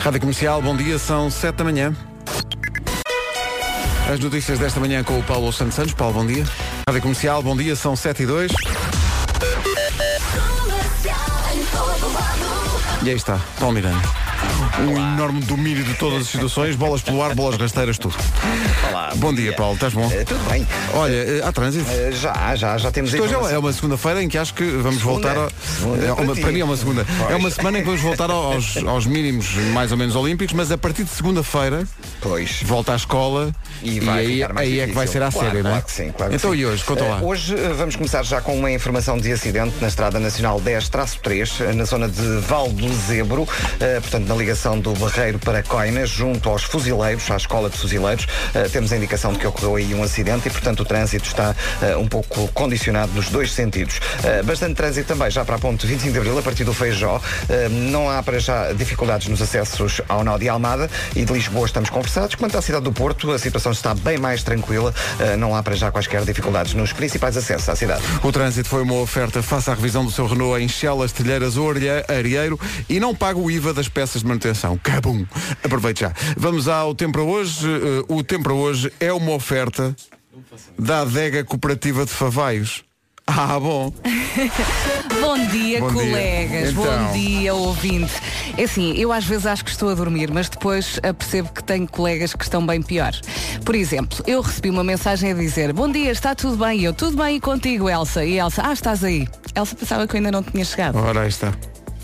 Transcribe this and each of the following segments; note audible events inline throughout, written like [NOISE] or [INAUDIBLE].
Rádio Comercial, bom dia, são 7 da manhã. As notícias desta manhã com o Paulo Santos Santos. Paulo, bom dia. Rádio Comercial, bom dia, são 7 e 2. E aí está, Paulo Miranda. Um enorme domínio de todas as situações, bolas pelo ar, bolas rasteiras, tudo. Olá, Bom dia, Paulo, estás bom? Eh, Tudo bem. Olha, eh, há trânsito. Eh, Já, já, já temos Isto Hoje é uma- informação. é uma segunda-feira em que acho que vamos Segunda. voltar. ao- Segunda é uma- para ti. para mim é uma segunda. É uma semana em que vamos voltar aos, aos mínimos mais ou menos olímpicos, mas a partir de segunda-feira Pois. volta à escola E, e, vai aí, ficar mais aí é que vai difícil. ser à claro, série, não é? Claro que sim, claro que então sim. e hoje, conta Eh, lá. Hoje eh, vamos começar já com uma informação de acidente na Estrada Nacional 10-3, eh, na zona de Val do Zebro, eh, portanto na ligação do Barreiro para Coinas, junto aos fuzileiros, à Escola de Fuzileiros. Eh, Temos a indicação de que ocorreu aí um acidente e, portanto, o trânsito está eh, um pouco condicionado nos dois sentidos. Eh, Bastante trânsito também já para a ponte 25 de Abril, a partir do Feijó. Eh, Não há para já dificuldades nos acessos ao Nó de Almada e de Lisboa estamos conversados. Quanto à cidade do Porto, a situação está bem mais tranquila. Eh, Não há para já quaisquer dificuldades nos principais acessos à cidade. O trânsito foi uma oferta face à revisão do seu Renault em Chelas, Telheiras ou Arilhe- Arieiro e não paga o IVA das peças de manutenção. Cabum! Aproveite já. Vamos ao tempo para hoje. Eh, O tempo para hoje é uma oferta da adega cooperativa de Favaios. Ah, bom! Bom dia, Bom dia. colegas. Então. Bom dia, ouvinte. É assim, eu às vezes acho que estou a dormir, mas depois percebo que tenho colegas que estão bem piores. Por exemplo, eu recebi uma mensagem a dizer Bom dia, está tudo bem? E eu, tudo bem e contigo, Elsa? E Elsa, ah, estás aí. Elsa pensava que eu ainda não tinha chegado. Ora, aí está.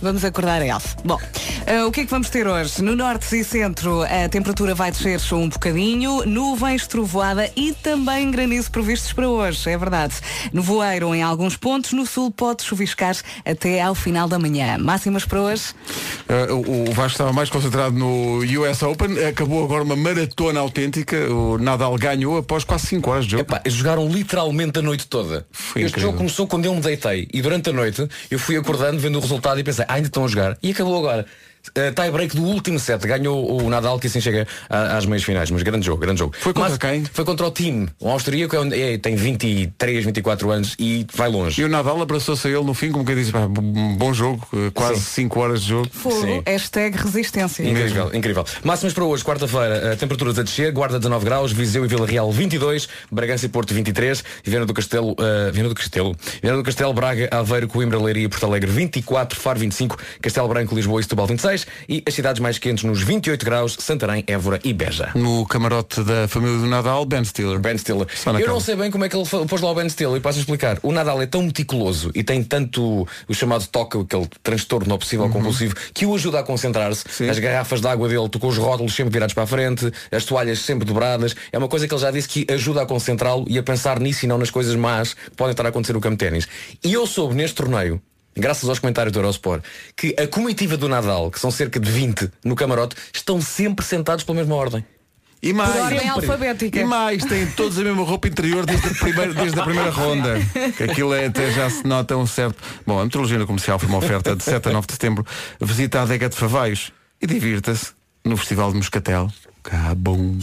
Vamos acordar a Elsa. Bom, eh, o que é que vamos ter hoje? No norte e centro a temperatura vai descer só um bocadinho, nuvens, trovoada e também granizo previstos para hoje, é verdade. Nevoeiro em alguns pontos, no sul pode chuviscar até ao final da manhã. Máximas para hoje? Eh, o- o Vasco estava mais concentrado no US Open, acabou agora uma maratona autêntica. O Nadal ganhou após quase 5 horas de jogo. Epá, jogaram literalmente a noite toda. Foi este incrível. jogo começou quando eu me deitei e durante a noite eu fui acordando, vendo o resultado e pensei, ah, ainda estão a jogar. E acabou agora. Uh, tie break do último set, ganhou o Nadal que assim chega a- às meias finais, mas grande jogo, grande jogo. Foi contra quem? Foi contra o time, um austríaco é um- é, tem 23, 24 anos e vai longe. E o Nadal abraçou-se a ele no fim, como quem disse, pá, bom bom jogo, eh, quase Sim. 5 horas de jogo. Fogo, Sim. hashtag resistência. Incrível, incrível. Máximas para hoje, quarta-feira, eh, temperaturas a descer, Guarda 19 graus, Viseu e Vila Real 22, Bragança e Porto 23, Viana do Castelo, eh, Viana do Castelo, Viana do Castelo, Braga, Aveiro, Coimbra, Leiria e Porto Alegre 24, Faro 25, Castelo Branco, Lisboa e Setúbal 26 e as cidades mais quentes nos 28 graus, Santarém, Évora e Beja. no camarote da família do Nadal, Ben Stiller. Ben Stiller. Só na Eu cama. não sei bem como é que ele fa- pôs lá o Ben Stiller e passo a explicar. O Nadal é tão meticuloso e tem tanto o chamado toque, aquele transtorno obsessivo ou compulsivo, que o ajuda a concentrar-se. Uhum. Sim. As garrafas de água dele, com os rótulos sempre virados para a frente, as toalhas sempre dobradas. É uma coisa que ele já disse que ajuda a concentrá-lo e a pensar nisso e não nas coisas más que podem estar a acontecer no campo de ténis. E eu soube neste torneio, graças aos comentários do Eurosport, que a comitiva do Nadal, que são cerca de 20 no camarote, estão sempre sentados pela mesma ordem. E mais, Por ordem Sempre. alfabética. E mais, têm todos a mesma roupa interior desde a primeira, desde a primeira ronda. Que aquilo é, até já se nota um certo. Bom, a metrologia no comercial foi uma oferta de 7 a 9 de setembro. Visita a adega de Favaios e divirta-se no Festival de Moscatel. Cabum.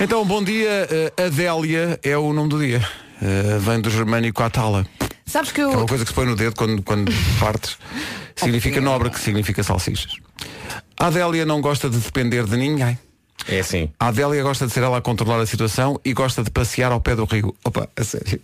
Então, bom dia. eh, Adélia é o nome do dia. Eh, vem do germânico Atala. Sabes que É uma eu... coisa que se põe no dedo quando, quando partes. Significa nobre, que significa salsichas. A Adélia não gosta de depender de ninguém. É assim. A Adélia gosta de ser ela a controlar a situação e gosta de passear ao pé do rio. Opa, a sério.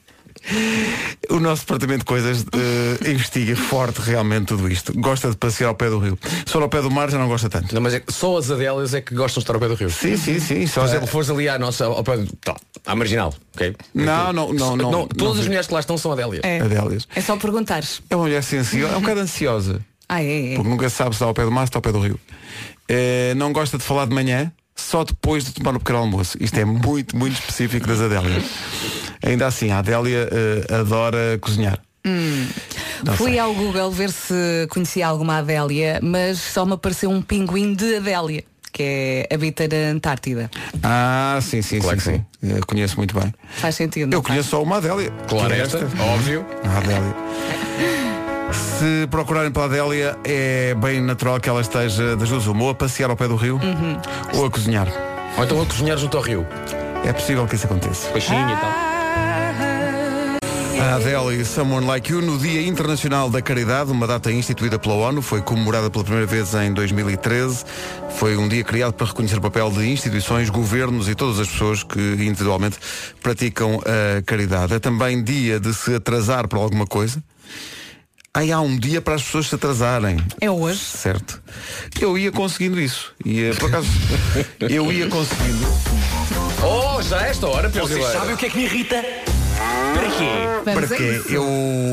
O nosso departamento de coisas eh, investiga forte realmente tudo isto. Gosta de passear ao pé do rio. Só ao pé do mar já não gosta tanto. Não, mas é que só as Adélias é que gostam de estar ao pé do rio. Então, Sim, É. sim, sim. Só Por exemplo, fores ali à nossa. Ao pé, do- tá, à marginal, ok? Não, não, não, não. todas não- as mulheres que lá estão são Adélias. É. Adélias. É só perguntares. É uma mulher ansiosa, é um bocado ansiosa. Ah, é, é. Porque nunca se sabe se está ao pé do mar, se está ao pé do rio. Eh, não gosta de falar de manhã, só depois de tomar o pequeno almoço. Isto é muito, muito específico das Adélias. Ainda assim, a Adélia eh, adora cozinhar. Não Hum. Fui sei. ao Google ver se conhecia alguma Adélia, mas só me apareceu um pinguim de Adélia, que é, habita na Antártida. Ah, sim, sim, Claro sim, que sim. Eh, conheço muito bem. Faz sentido. não Eu conheço só uma Adélia. Claro, Que esta, óbvio. A Adélia. Se procurarem pela Adélia, é bem natural que ela esteja das duas uma, ou a passear ao pé do rio Uhum. ou a cozinhar. Ou então a cozinhar junto ao rio. É possível que isso aconteça. Peixinho e tal. A A Adele e Someone Like You no Dia Internacional da Caridade, uma data instituída pela ONU, foi comemorada pela primeira vez em 2013. Foi um dia criado para reconhecer o papel de instituições, governos e todas as pessoas que individualmente praticam a caridade. É também dia de se atrasar por alguma coisa. Aí há um dia para as pessoas se atrasarem. É hoje. Certo. Eu ia conseguindo isso. Ia, por acaso, [LAUGHS] eu ia conseguindo. Ah. Oh, já a esta hora, Pedro Ribeiro. Sabe o que é que me irrita? Para quê? Vamos a Porque isso. eu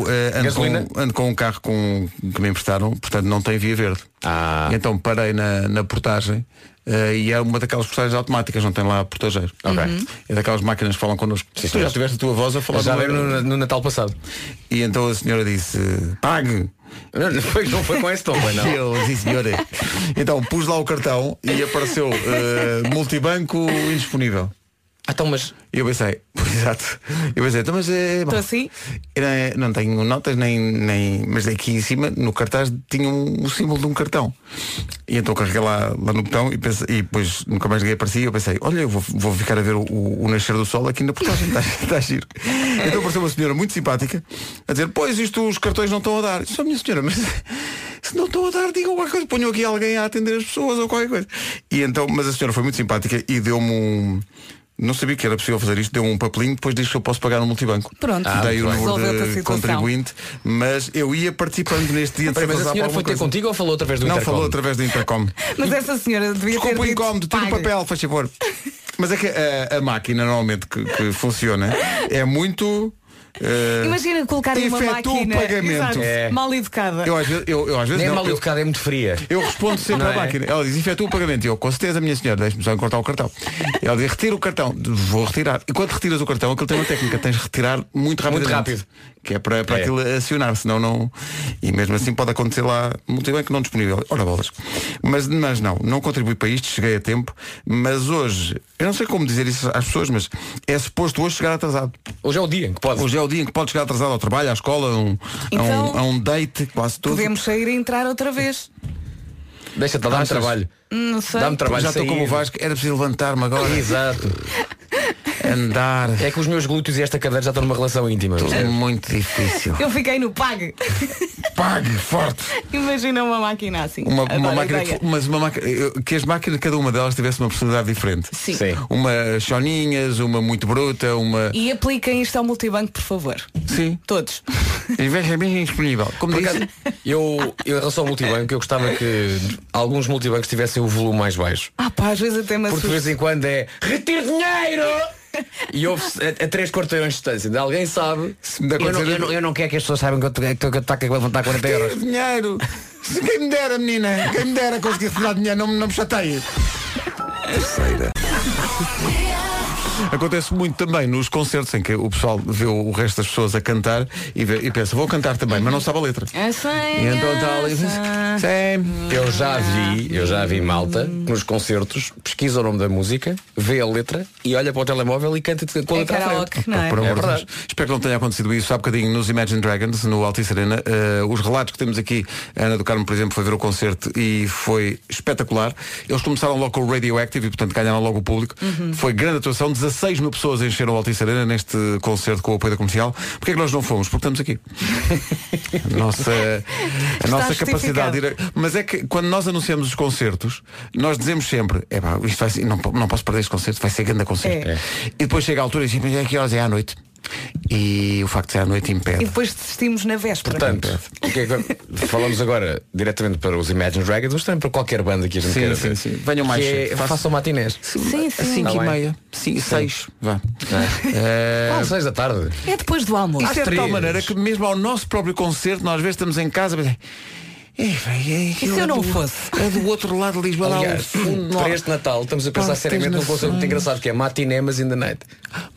eh, ando, Gasolina? com, ando com um carro com- que me emprestaram, portanto não tem via verde. Ah. Então parei na, na portagem eh, e é uma daquelas portagens automáticas, não tem lá portageiro. Ok. Uhum. É daquelas máquinas que falam connosco. tu já senhor. tiveste a tua voz a falar Já do veio no, no Natal passado. E então a senhora disse, pague! Não, não foi, não foi com esse tom, [LAUGHS] Então foi, não. E eu disse, senhora. então pus lá o cartão e apareceu eh, multibanco indisponível. Ah, então, mas E eu pensei, exato. Eu pensei, então, mas é. bom, Estou assim? era- não tenho notas nem, nem. Mas aqui em cima, no cartaz, tinha um, o símbolo de um cartão. E então carreguei lá, lá no botão e, pensei, e depois nunca mais ninguém aparecia. E eu pensei, olha, eu vou, vou ficar a ver o, o- o nascer do sol aqui na portagem. Está, [LAUGHS] está giro. Então apareceu uma senhora muito simpática a dizer, pois isto os cartões não estão a dar. Só minha senhora, mas [LAUGHS] se não estão a dar, digam alguma coisa, ponham aqui alguém a atender as pessoas ou qualquer coisa. E então, mas a senhora foi muito simpática e deu-me um. Não sabia que era possível fazer isto, deu um papelinho, depois disse que eu posso pagar no multibanco. Pronto. Ah, Dei o muito bem. número Resolveu-te a de situação. contribuinte, mas eu ia participando neste dia de Peraí, mas a atrasar para senhora foi alguma ter coisa. contigo ou falou através do Não, intercom? falou através do [LAUGHS] intercom. Mas essa senhora devia Desculpa ter o dito, um incómodo, tira o "Pague". papel, faz favor. Mas é que a, a máquina normalmente que, que funciona é muito. eh, Imagina colocarem uma Efetua o máquina pagamento. Exato, É. mal educada. eu, às vezes, eu, eu às vezes Nem é não, mal eu- educada, é muito fria. Eu respondo sempre Não à é? máquina. Ela diz, efetua o pagamento. E eu, com certeza, minha senhora, deixe-me só cortar o cartão. Ela diz, retira o cartão. Vou retirar. E quando retiras o cartão, aquilo tem uma técnica. Tens de retirar muito rapidamente. rápido. Que é para, para É. aquilo acionar, senão não... E mesmo assim pode acontecer lá multibanco não disponível. Ora bolas. Mas, mas não, não contribui para isto, cheguei a tempo. Mas hoje, eu não sei como dizer isso às pessoas, mas é suposto hoje chegar atrasado. Hoje é o dia em que pode. Hoje é o dia em que pode chegar atrasado ao trabalho, à escola, a um, a Então, um, a um date, quase tudo. Podemos sair e entrar outra vez. Deixa-te dar-me Achas? trabalho. Não sei. Dá-me trabalho. Já estou sair. como o Vasco, era preciso levantar-me agora. Exato. Andar. É que os meus glúteos e esta cadeira já estão numa relação íntima. É muito difícil. Eu fiquei no pague. [LAUGHS] Pague forte. Imagina uma máquina assim. Uma, uma Adoro a máquina, ideia. que, mas uma máquina eu- que as máquinas, cada uma delas tivesse uma personalidade diferente. Sim. Sim. Uma choninhas, uma muito bruta, uma. E apliquem isto ao multibanco, por favor. Sim. Todos. [LAUGHS] E veja bem indisponível. Como Por disse. acaso, eu, eu, em relação ao multibanco, eu gostava que alguns multibancos tivessem o volume mais baixo. Ah pá, às vezes até me Porque de assusta. vez em quando é Retire dinheiro! E houve a, a três quarteirões de distância. De alguém sabe. Se me Eu der não, acontecer- eu, não, eu não quero que as pessoas saibam que eu estou- que eu estou a levantar 40 euros. "É Dinheiro. Se Quem me dera, menina. Quem me dera conseguir tirar dinheiro. Não, me- não me chateie. Terceira. Acontece muito também nos concertos em que o pessoal vê o resto das pessoas a cantar e, vê- e pensa, vou cantar também, mas não sabe a letra. Assim, E então está ali. assim. Sim. Eu já vi, eu já vi malta que nos concertos, pesquisa o nome da música, vê a letra e olha para o telemóvel e canta com a É letra à frente. karaoke, [LAUGHS] não é? Por amor de Deus. verdade. Espero que não tenha acontecido isso. Há bocadinho nos Imagine Dragons, no Altice Arena, eh, os relatos que temos aqui, a Ana do Carmo, por exemplo, foi ver o concerto e foi espetacular. Eles começaram logo com o Radioactive e, portanto, ganharam logo o público. Uhum. Foi grande atuação. 16 mil pessoas encheram o Altice Arena neste concerto com o apoio da comercial. Porquê é que nós não fomos? Porque estamos [LAUGHS] aqui. a nossa, a nossa capacidade de ir a- Mas é que quando nós anunciamos os concertos, nós dizemos sempre, é pá, isto vai ser, não, po- não posso perder este concerto, vai ser grande concerto. É. E depois chega a altura e diz, mas é que horas é à noite. E o facto de ser à noite E impede. depois desistimos na véspera. Portanto, o que é que- falamos agora diretamente para os Imagine Dragons, mas também para qualquer banda que a gente Sim, queira sim, ver. sim. Venham mais que cedo. É, Faça- façam matinés. Sim, sim. Cinco Tá e bem. meia, cinco, seis, vá. Eh, Às seis da tarde. É depois do almoço. Isto é de tal três. maneira que mesmo ao nosso próprio concerto, nós às vezes estamos em casa. mas- é, Ei, véi, é que E se eu não do- fosse? É do outro lado de Lisboa, lá ao Aliás, fundo. para este Natal estamos a pensar Pá, seriamente tens num conceito noção. muito Ah, engraçado que é matiné mas in the night.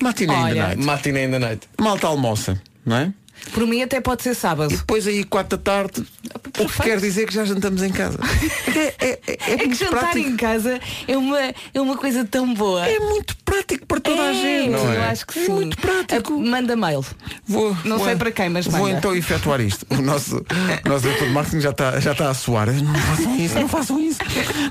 Matiné ainda Olha. night. Matiné in the night. Malta almoça, não é? Por mim até pode ser sábado. E depois aí quatro da tarde, o que Perfeito. quer dizer que já jantamos em [LAUGHS] casa. É, é- é- é É que muito jantar prático. em casa é uma, é uma coisa tão boa. É muito prático para toda a É, gente. não Eu é? acho que É sim. muito prático. Ah, Manda mail. Vou, Não sei para quem, mas Vou manda. então efetuar isto. O nosso, o nosso diretor de marketing já está, já está a suar. Não façam isso, não façam isso.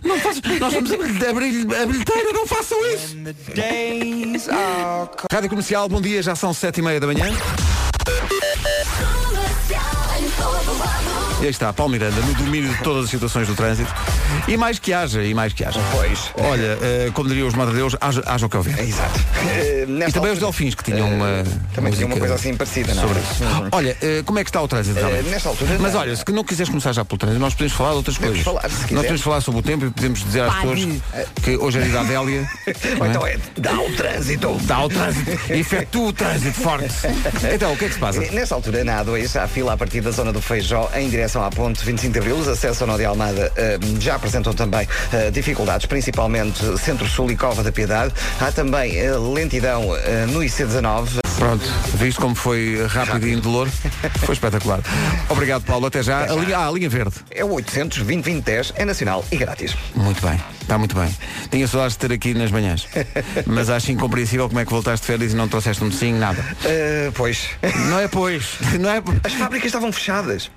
Não façam, nós vamos abrir, abrir a bilheteira, não façam isso. [LAUGHS] Rádio Comercial, bom dia, já são sete e meia da manhã. Aí está, Paulo Miranda, no domínio de todas as situações do trânsito. E mais que haja, e mais que haja. Pois. Olha, eh, como diriam os madredeus, haja, haja o que houver. É, Exato. E Eh, nesta também altura- Eh, os delfins que tinham uma. também música tinha uma coisa assim parecida, não é? Sobre isso. Uhum. Olha, eh, como é que está o trânsito realmente? nesta altura, Mas não. olha, se que não quiseres começar já pelo trânsito, nós podemos falar de outras Podemos coisas. falar, se quiser. nós podemos falar sobre o tempo e podemos dizer às Pare. pessoas que hoje é dia da [LAUGHS] Adélia. não Ou é? então é, dá o trânsito. Dá o trânsito, efetua o trânsito forte. Então, o que é que se [LAUGHS] passa? Nesta altura, na A2, há fila a partir da zona do Feijó em direção à ponte 25 de Abril. Os acessos ao Nó de Almada eh, já apresentam também eh, dificuldades, principalmente Centro-Sul e Cova da Piedade. Há também eh, lentidão eh, no IC19. Pronto, viste como foi rápido e indolor? Foi espetacular. Obrigado, Paulo. Até já. A linha, ah, a linha verde. É o 800 2010 é nacional e grátis. Muito bem, está muito bem. Tinha saudades de ter aqui nas manhãs. Mas acho incompreensível como é que voltaste de férias e não trouxeste um docinho, nada. Eh, pois, [LAUGHS] Não é pois. Não é pois. as fábricas estavam fechadas.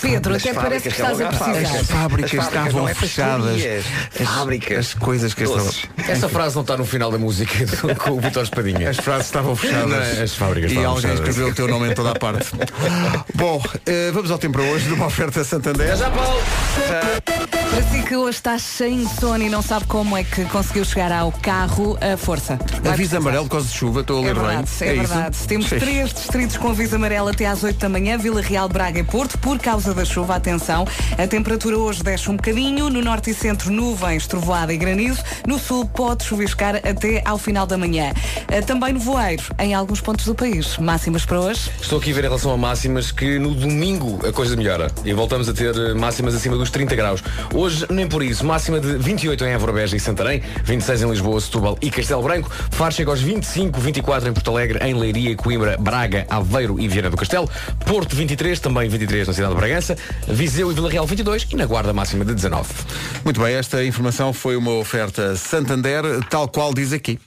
Pedro, As até parece que fábricas, é estás a aquela garrafa. precisar. As fábricas As fábricas, estavam não é fechadas. pastelarias. As- Fábricas. As coisas que estavam. Doces. Essa frase não está no final da música [LAUGHS] do- com o Vitor Espadinha. As frases estavam fechadas. Não, é? as fábricas E estavam alguém fechadas. escreveu o teu nome em toda a parte. Bom, eh, vamos ao tempo para hoje, numa oferta Santander. Para si que hoje está cheio de sono e não sabe como é que conseguiu chegar ao carro, a força. Vai Aviso precisar. amarelo por causa de chuva, estou a É ler verdade, bem. é, isso? verdade. Temos Sim. três distritos com aviso amarelo até às 8 da manhã, Vila Real, Braga e Porto, por causa da chuva, atenção. A temperatura hoje desce um bocadinho, no norte e centro nuvens, trovoada e granizo, no sul pode chuviscar até ao final da manhã. Eh, Também no voeiro, em alguns pontos do país. Máximas para hoje? Estou aqui a ver em relação a máximas que no domingo a coisa melhora e voltamos a ter eh, máximas acima dos 30 graus. Hoje, nem por isso, máxima de 28 em Évora Beja e Santarém, 26 em Lisboa, Setúbal e Castelo Branco, Faro chega aos 25, 24 em Porto Alegre, em Leiria, Coimbra, Braga, Aveiro e Viana do Castelo, Porto 23, também 23 na cidade de Bragança, Viseu e Vila Real 22 e na Guarda máxima de 19. Muito bem, esta informação foi uma oferta Santander, tal qual diz aqui.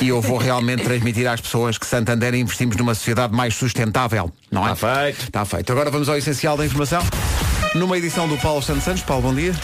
E eu vou realmente transmitir às pessoas que Santander investimos numa sociedade mais sustentável, não é? Está feito. Está feito. Agora vamos ao essencial da informação. Numa edição do Paulo Santos Santos. Paulo, bom dia.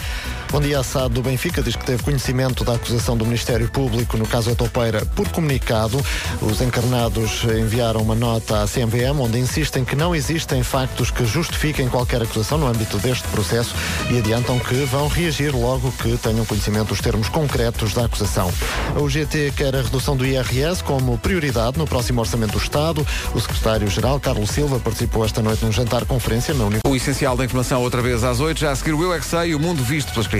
Bom dia, a SAD do Benfica diz que teve conhecimento da acusação do Ministério Público no caso da Topeira por comunicado. Os encarnados enviaram uma nota à CMVM onde insistem que não existem factos que justifiquem qualquer acusação no âmbito deste processo e adiantam que vão reagir logo que tenham conhecimento dos termos concretos da acusação. A UGT quer a redução do IRS como prioridade no próximo Orçamento do Estado. O secretário-geral, Carlos Silva, participou esta noite num jantar-conferência na Universidade. O essencial da informação outra vez às 8, já a seguir o Eu É Que Sei, o mundo visto pelas crianças.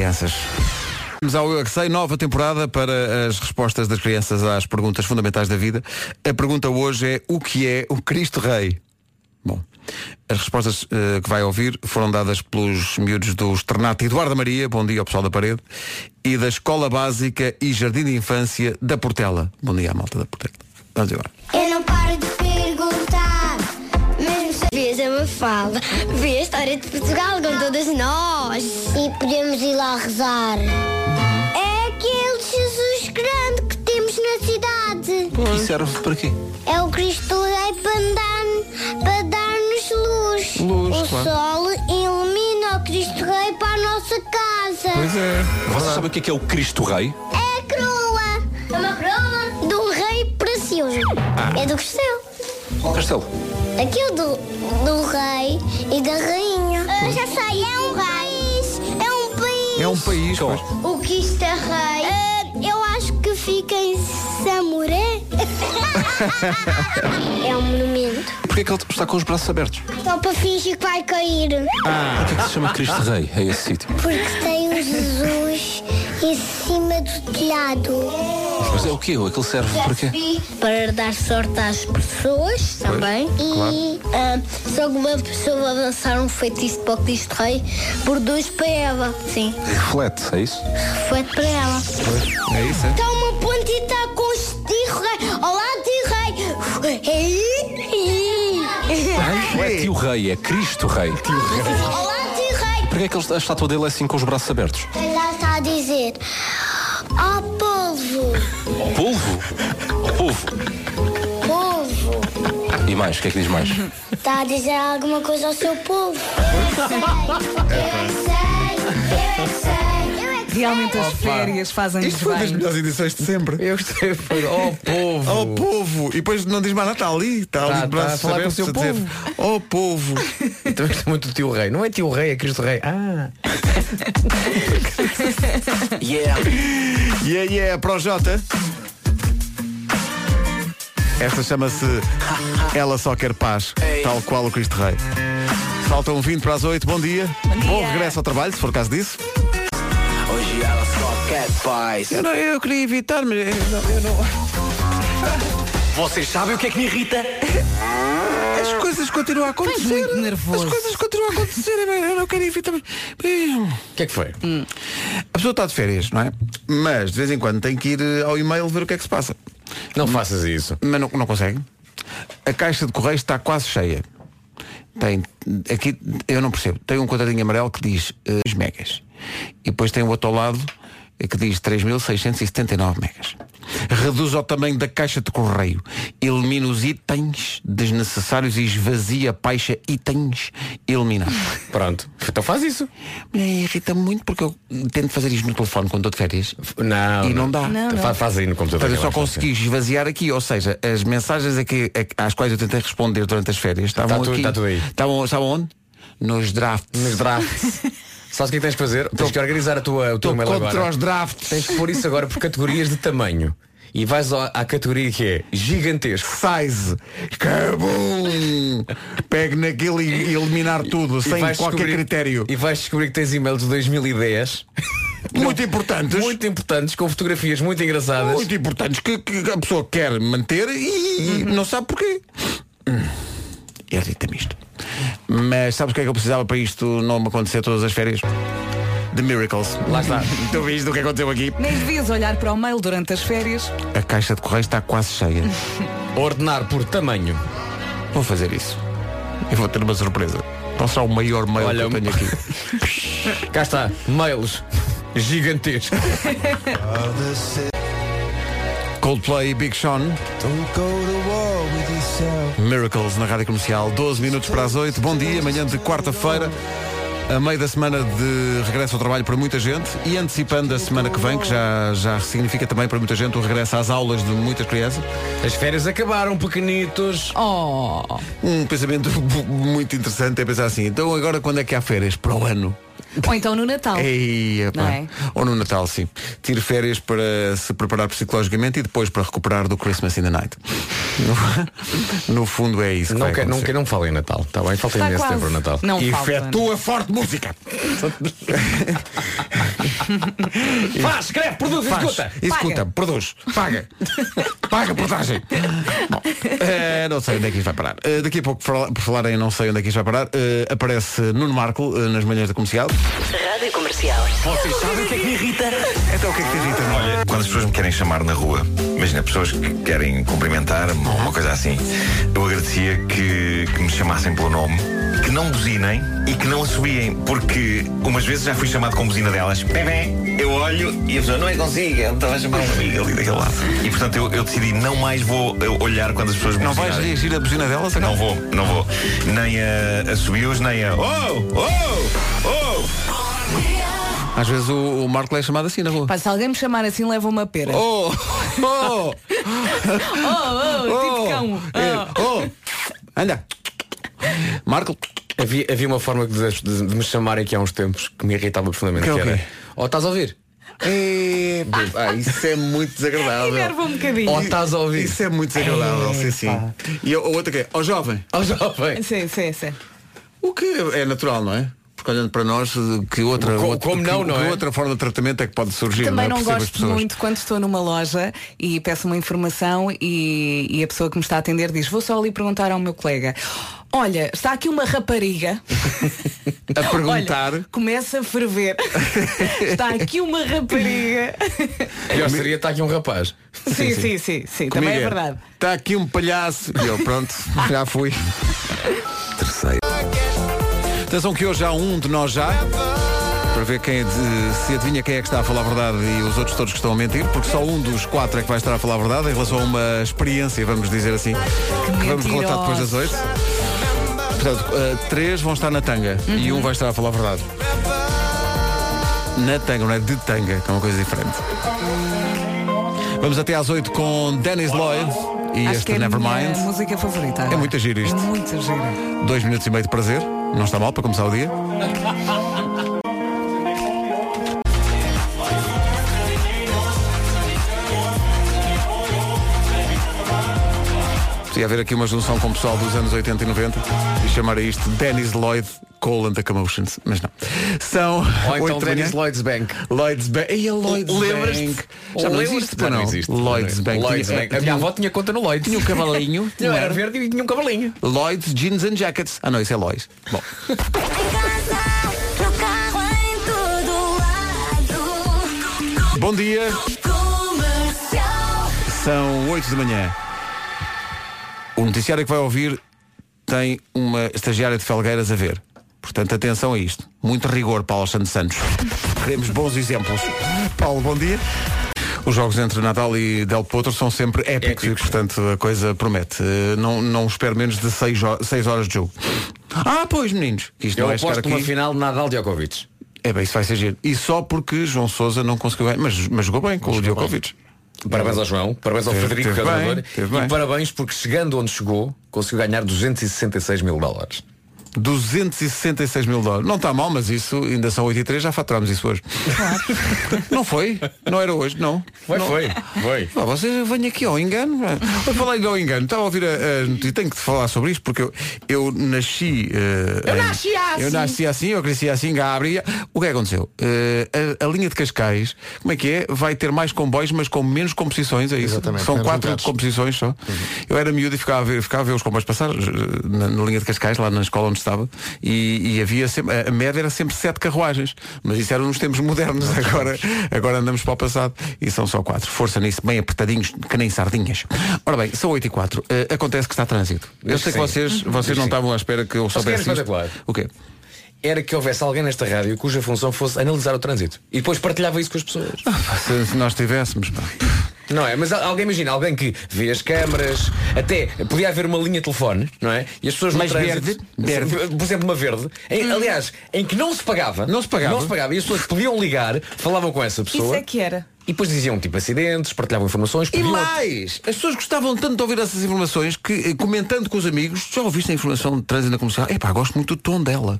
Vamos ao Eu É Que Sei, nova temporada para as respostas das crianças às perguntas fundamentais da vida. A pergunta hoje é o que é o Cristo Rei? Bom, as respostas eh, que vai ouvir foram dadas pelos miúdos do Externato Eduardo Maria, bom dia ao pessoal da parede, e da Escola Básica e Jardim de Infância da Portela. Bom dia à malta da Portela. Vamos agora. Eu não paro de perguntar, mesmo se vês a Mafalda, vê a história de Portugal com todas nós. E podemos ir lá rezar. É aquele Jesus grande que temos na cidade. E serve para quê? É o Cristo Rei para dar- para dar-nos luz. Luz, o claro. sol ilumina o Cristo Rei para a nossa casa. é. Vocês sabem o que é, que é o Cristo Rei? É a coroa. É uma coroa. Do rei precioso. É do castelo. Ah. Qual é castelo? Aqui o do, do rei e da rainha. Eu já sei, é um país. É um país. É um país. pois. O que está rei? Ah, eu acho que fica em Samuré. [LAUGHS] é um monumento. Porquê é que ele está com os braços abertos? Só para fingir que vai cair. Porquê é que se chama Cristo Rei a esse sítio? Porque tem o Jesus em cima do telhado. Mas é o quê? Aquele serve para quê? Para dar sorte às pessoas também. E ah, se alguma pessoa avançar um feitiço para o Cristo Rei, produz para ela. Sim, Reflete, é isso? reflete para ela. É isso, é? Está uma ponte e está com o Cristo Rei. Olá, Rei. Não é tio Rei, é Cristo Rei. Olá, Rei. Porquê é que ele- a estátua dele é assim com os braços abertos? Ela está a dizer: Ó povo, Polvo? Polvo. povo. E mais, o que é que diz mais? Está Tá a dizer alguma coisa ao seu povo. Eu é que sei, eu é que sei, eu é que sei, eu é que Realmente as férias fazem-nos Isto foi das bem. melhores edições de sempre. Eu gostei. foi- [LAUGHS] Oh, povo. Oh povo! E depois não diz mais nada, está ali, está ali Tá- de braços tá a falar com o abertos seu a dizer, Oh povo! Eu Também gosto Oh. Então muito do tio rei. Não é tio rei, é Cristo Rei. Ah. Yeah, yeah, pro Jota. Esta chama-se Ela Só Quer Paz, tal qual o Cristo Rei. Faltam 20 para as 8, bom dia. Bom, dia. regresso ao trabalho, se for caso disso. Hoje ela só quer paz. Eu, não, eu queria evitar, mas eu não. Vocês sabem o que é que me irrita? As coisas continuam a Estás acontecer. muito nervoso. As coisas continuam a acontecer. Eu não quero evitar. mas- O que é que foi? A pessoa está de férias, não é? Mas de vez em quando tem que ir eh, ao e-mail ver o que é que se passa. Não faças isso. Mas não, não consegue. A caixa de correios está quase cheia. Tem, aqui, eu não percebo. Tem um quadradinho amarelo que diz eh, 2 megas. E depois tem o outro ao lado eh, que diz 3.679 megas. Reduz ao tamanho da caixa de correio. Elimina os itens desnecessários e esvazia a paixa itens eliminados. [LAUGHS] Pronto. Então faz isso. Mulher, irrita-me muito porque eu tento fazer isto no telefone quando estou de férias. Não. E não dá. Não, não. Ah, Fa- Faz aí no computador. Mas eu é só mais fácil. consegui esvaziar aqui, ou seja, as mensagens a que- a- às quais eu tentei responder durante as férias estavam Tá tudo- aqui. tá tudo aí. Estavam, estavam onde? Nos drafts. Nos drafts. [LAUGHS] Sabes o que é que tens que fazer? Tens que organizar a tua, o teu Estou e-mail contra agora. os drafts. Tens que pôr isso agora por categorias de tamanho. E vais ao- à categoria que é gigantesco. Size. Cabum! Pegue naquilo e eliminar tudo, E sem vais qualquer descobrir- critério. E vais descobrir que tens e-mails de 2010 Muito importantes. Muito... muito importantes, com fotografias muito engraçadas. importantes que, que a pessoa quer manter e Uhum. não sabe porquê. Hum. Irrita-me isto. Mas sabes o que é que eu precisava para isto não me acontecer todas as férias? The Miracles. Lá [LAUGHS] está. Tu viste o que aconteceu aqui? Nem devias olhar para o mail durante as férias. A caixa de correio está quase cheia. Ordenar por tamanho. Vou fazer isso. Eu vou ter uma surpresa. Não será o maior mail Olha, um- que eu tenho aqui. Cá está. Mails. [LAUGHS] Gigantesco. Coldplay e Big Sean. Miracles na Rádio Comercial. 12 minutos para as 8. Bom dia, manhã de quarta-feira. A meio da semana de regresso ao trabalho para muita gente e antecipando a semana que vem, que já, já significa também para muita gente o regresso às aulas de muitas crianças, As férias acabaram, pequenitos. Oh, um pensamento [LAUGHS] muito interessante é pensar assim, então agora quando é que há férias? Para o ano. ou então no É Natal. Ei, epá. Não é? Ou no Oh, Natal, sim. Tire férias para se preparar psicologicamente e depois para recuperar do Christmas in the Night. No, no fundo é isso. Que Não, vai quer, não, acontecer. quer, não falem Natal, está bem? Falta Está imenso Tá quase. tempo para o Natal. Não falta. Efetua forte música. [LAUGHS] Faz, escreve, produz, Faz, escuta. escuta, produz, paga, paga a portagem. Bom, eh, não sei onde é que isto vai parar. Eh, daqui a pouco, por falar- por falar em não sei onde é que isto vai parar, eh, aparece Nuno Marco eh, nas manhãs da comercial. Rádio Comercial. Sabem o que é que me irrita? Então o que é que te irrita? Nuno? Quando as pessoas me querem chamar na rua, imagina, pessoas que querem cumprimentar-me ou Uhum. uma coisa assim, eu agradecia que, que me chamassem pelo nome, que não buzinem e que não assobiem, porque umas vezes já fui chamado com buzina delas, bebê, eu olho e a pessoa não é consigo, eu estava a chamar um amigo ali daquele lado. E portanto eu, eu decidi, não mais vou eu olhar quando as pessoas me Não vais buzinarem. reagir à buzina delas então? Não agora? vou, não vou. Nem a, a subiu-os, nem a. Oh! Oh! Oh! Às vezes o, o Marco é chamado assim na rua. Pá, se alguém me chamar assim, leva uma pera. Oh, Oh! [LAUGHS] Oh! oh, tipo cão. É, Oh. oh. Anda! Marco, Havia, havia uma forma de, de- de me chamarem aqui há uns tempos que me irritava profundamente, Que é que, o era. quê? Ou estás a ouvir? Ah, isso é muito desagradável. [LAUGHS] Enerva um bocadinho. Ou estás a ouvir? Isso é muito desagradável, sim, sim. E a a outra que é, ó jovem, Ó [LAUGHS] Oh, jovem! Oh. Sim, sim, sim. o que é natural, não é? Porque olhando para nós, que outra, Como- outra- como que- não, que, não é? outra forma de tratamento é que pode surgir? Também não, é? não Percebo as gosto pessoas. muito quando estou numa loja e peço uma informação e, e a pessoa que me está a atender diz, vou só ali perguntar ao meu colega. Olha, está aqui uma rapariga A perguntar. Olha, começa [LAUGHS] a ferver. está aqui uma rapariga. Pior seria estar aqui um rapaz. sim, sim, sim, sim, também é verdade. Está aqui um palhaço. E eu, [LAUGHS] pronto, já fui. Terceiro. Atenção que hoje há um de nós já. Para ver quem é de- se adivinha quem é que está a falar a verdade e os outros todos que estão a mentir, porque só um dos quatro é que vai estar a falar a verdade em relação a uma experiência, vamos dizer assim, que, vamos relatar depois das oito. Portanto, eh, três vão estar na tanga e um vai estar a falar a verdade. na tanga, não é de tanga, que é uma coisa diferente. Vamos até às 8 com Dennis Lloyd e Acho este que é a minha Nevermind. música favorita. É muito giro isto. Muito giro. Dois minutos e meio de prazer. Não está mal para começar o dia. Podia haver aqui uma junção com o pessoal dos anos 80 e 90 e chamar a isto Dennis Lloyd Cole and the Commotions. Mas não. São. Ou então oito da manhã. Dennis Lloyds Bank. Lloyds Bank. E a Lloyds Lembras-te? Bank. Já não Lembras-te? existe, pá, Já não. não existe. Lloyds Não é. Bank. Lloyds Tinha- Bank. A minha avó tinha conta no Lloyds. Tinha um [LAUGHS] cavalinho. Não, não era verde e tinha um cavalinho. Lloyds Jeans and Jackets. Ah não, isso é Lloyds. Bom. No carro, em todo lado. Bom dia. Comercial. São 8 da manhã. O noticiário que vai ouvir tem uma estagiária de Felgueiras a ver. Portanto, atenção a isto. Muito rigor, Paulo Santos Santos. Queremos bons exemplos. Paulo, bom dia. Os jogos entre Natal e Del Potro são sempre épicos e, portanto, a coisa promete. Eh, Não, não espero menos de 6 horas de jogo. Ah, pois, meninos. que Isto Eu não é chegar aposto aqui. uma final de Nadal Djokovic. É bem, isso vai ser giro. E só porque João Sousa não conseguiu ganhar, mas, mas jogou bem com o Djokovic. Parabéns ao João, parabéns ao Teve- Frederico, que é o teve bem, treinador, teve E bem. parabéns porque chegando onde chegou, conseguiu ganhar 266 mil dólares. 266 mil dólares. Não está mal, mas isso ainda são 8 e 3, já faturámos isso hoje. não foi? Não era hoje, não. Foi, Não. foi, foi. Pá, vocês vêm aqui ao engano. é? Eu falei ao engano. Estava a ouvir a, a notícia. Tenho que te falar sobre isto porque eu, eu nasci. eh, Eu em- nasci assim. Eu nasci assim, eu cresci assim, Gabriel. O que é que aconteceu? Eh, a, a linha de Cascais, como é que é? Vai ter mais comboios, mas com menos composições, é isso? Exatamente, São menos quatro lugares. composições só. Eu era miúdo e ficava a ver, ficava a ver os comboios passar eh, na, na linha de Cascais, lá na escola onde estava, e, e havia sempre, a, a média era sempre sete carruagens. Mas isso era nos tempos modernos, [LAUGHS] agora, agora andamos para o passado e são só quatro. Força nisso, bem apertadinhos, que nem sardinhas. Ora bem, são 8 e 4. acontece que está trânsito. Eu Diz sei que que sim. vocês, Diz vocês que não sim. estavam à espera que eu Só se quer soubesse. isto. espetacular. O [LAUGHS] quê? Era que houvesse alguém nesta rádio cuja função fosse analisar o trânsito. E depois partilhava isso com as pessoas. Se, se nós tivéssemos. pá. Não é? Mas al- alguém imagina, alguém que vê as câmaras, até podia haver uma linha de telefone, não é? E as pessoas no Mas trânsito- verde, verde. Por exemplo, uma verde. Em- aliás, em que não se pagava. Não se pagava. Não se pagava. E as pessoas podiam ligar, falavam com essa pessoa. Isso é que era. E depois diziam tipo acidentes, partilhavam informações. E podiam- mais, as pessoas gostavam tanto de ouvir essas informações que, eh, comentando com os amigos, já ouviste a informação de trânsito na comercial? Epá, gosto muito do tom dela.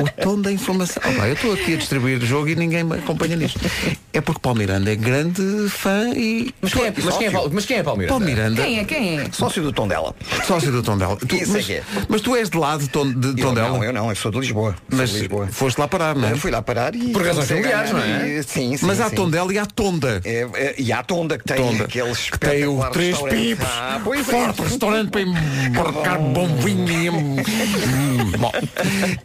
o tom da informação. Oh, pá, eu estou aqui a distribuir o jogo e ninguém me acompanha nisto. É porque Paulo Miranda é grande fã e. Mas quem é- mas quem é Paulo- mas quem é Paulo Miranda? Paulo Miranda. Quem é? Quem é? Sócio do tom dela. Sócio do tom dela. Tu, é? Isso é mas, que é. mas tu és de lá de, tom, de Eu Tondela? não, eu não, eu sou de Lisboa. Mas sou de Lisboa. foste lá parar, não é? Eu fui lá parar e. Por razões comecei a familiares, ganhar não é? e- Sim, sim. Mas há sim. Tondela e há Tonda. É, é, e há a Tonda que tem Tonda. aqueles Que tem o três pipos. Ah, pois é. forte restaurante para embarcar bom vinho. e, hum, hum, bom.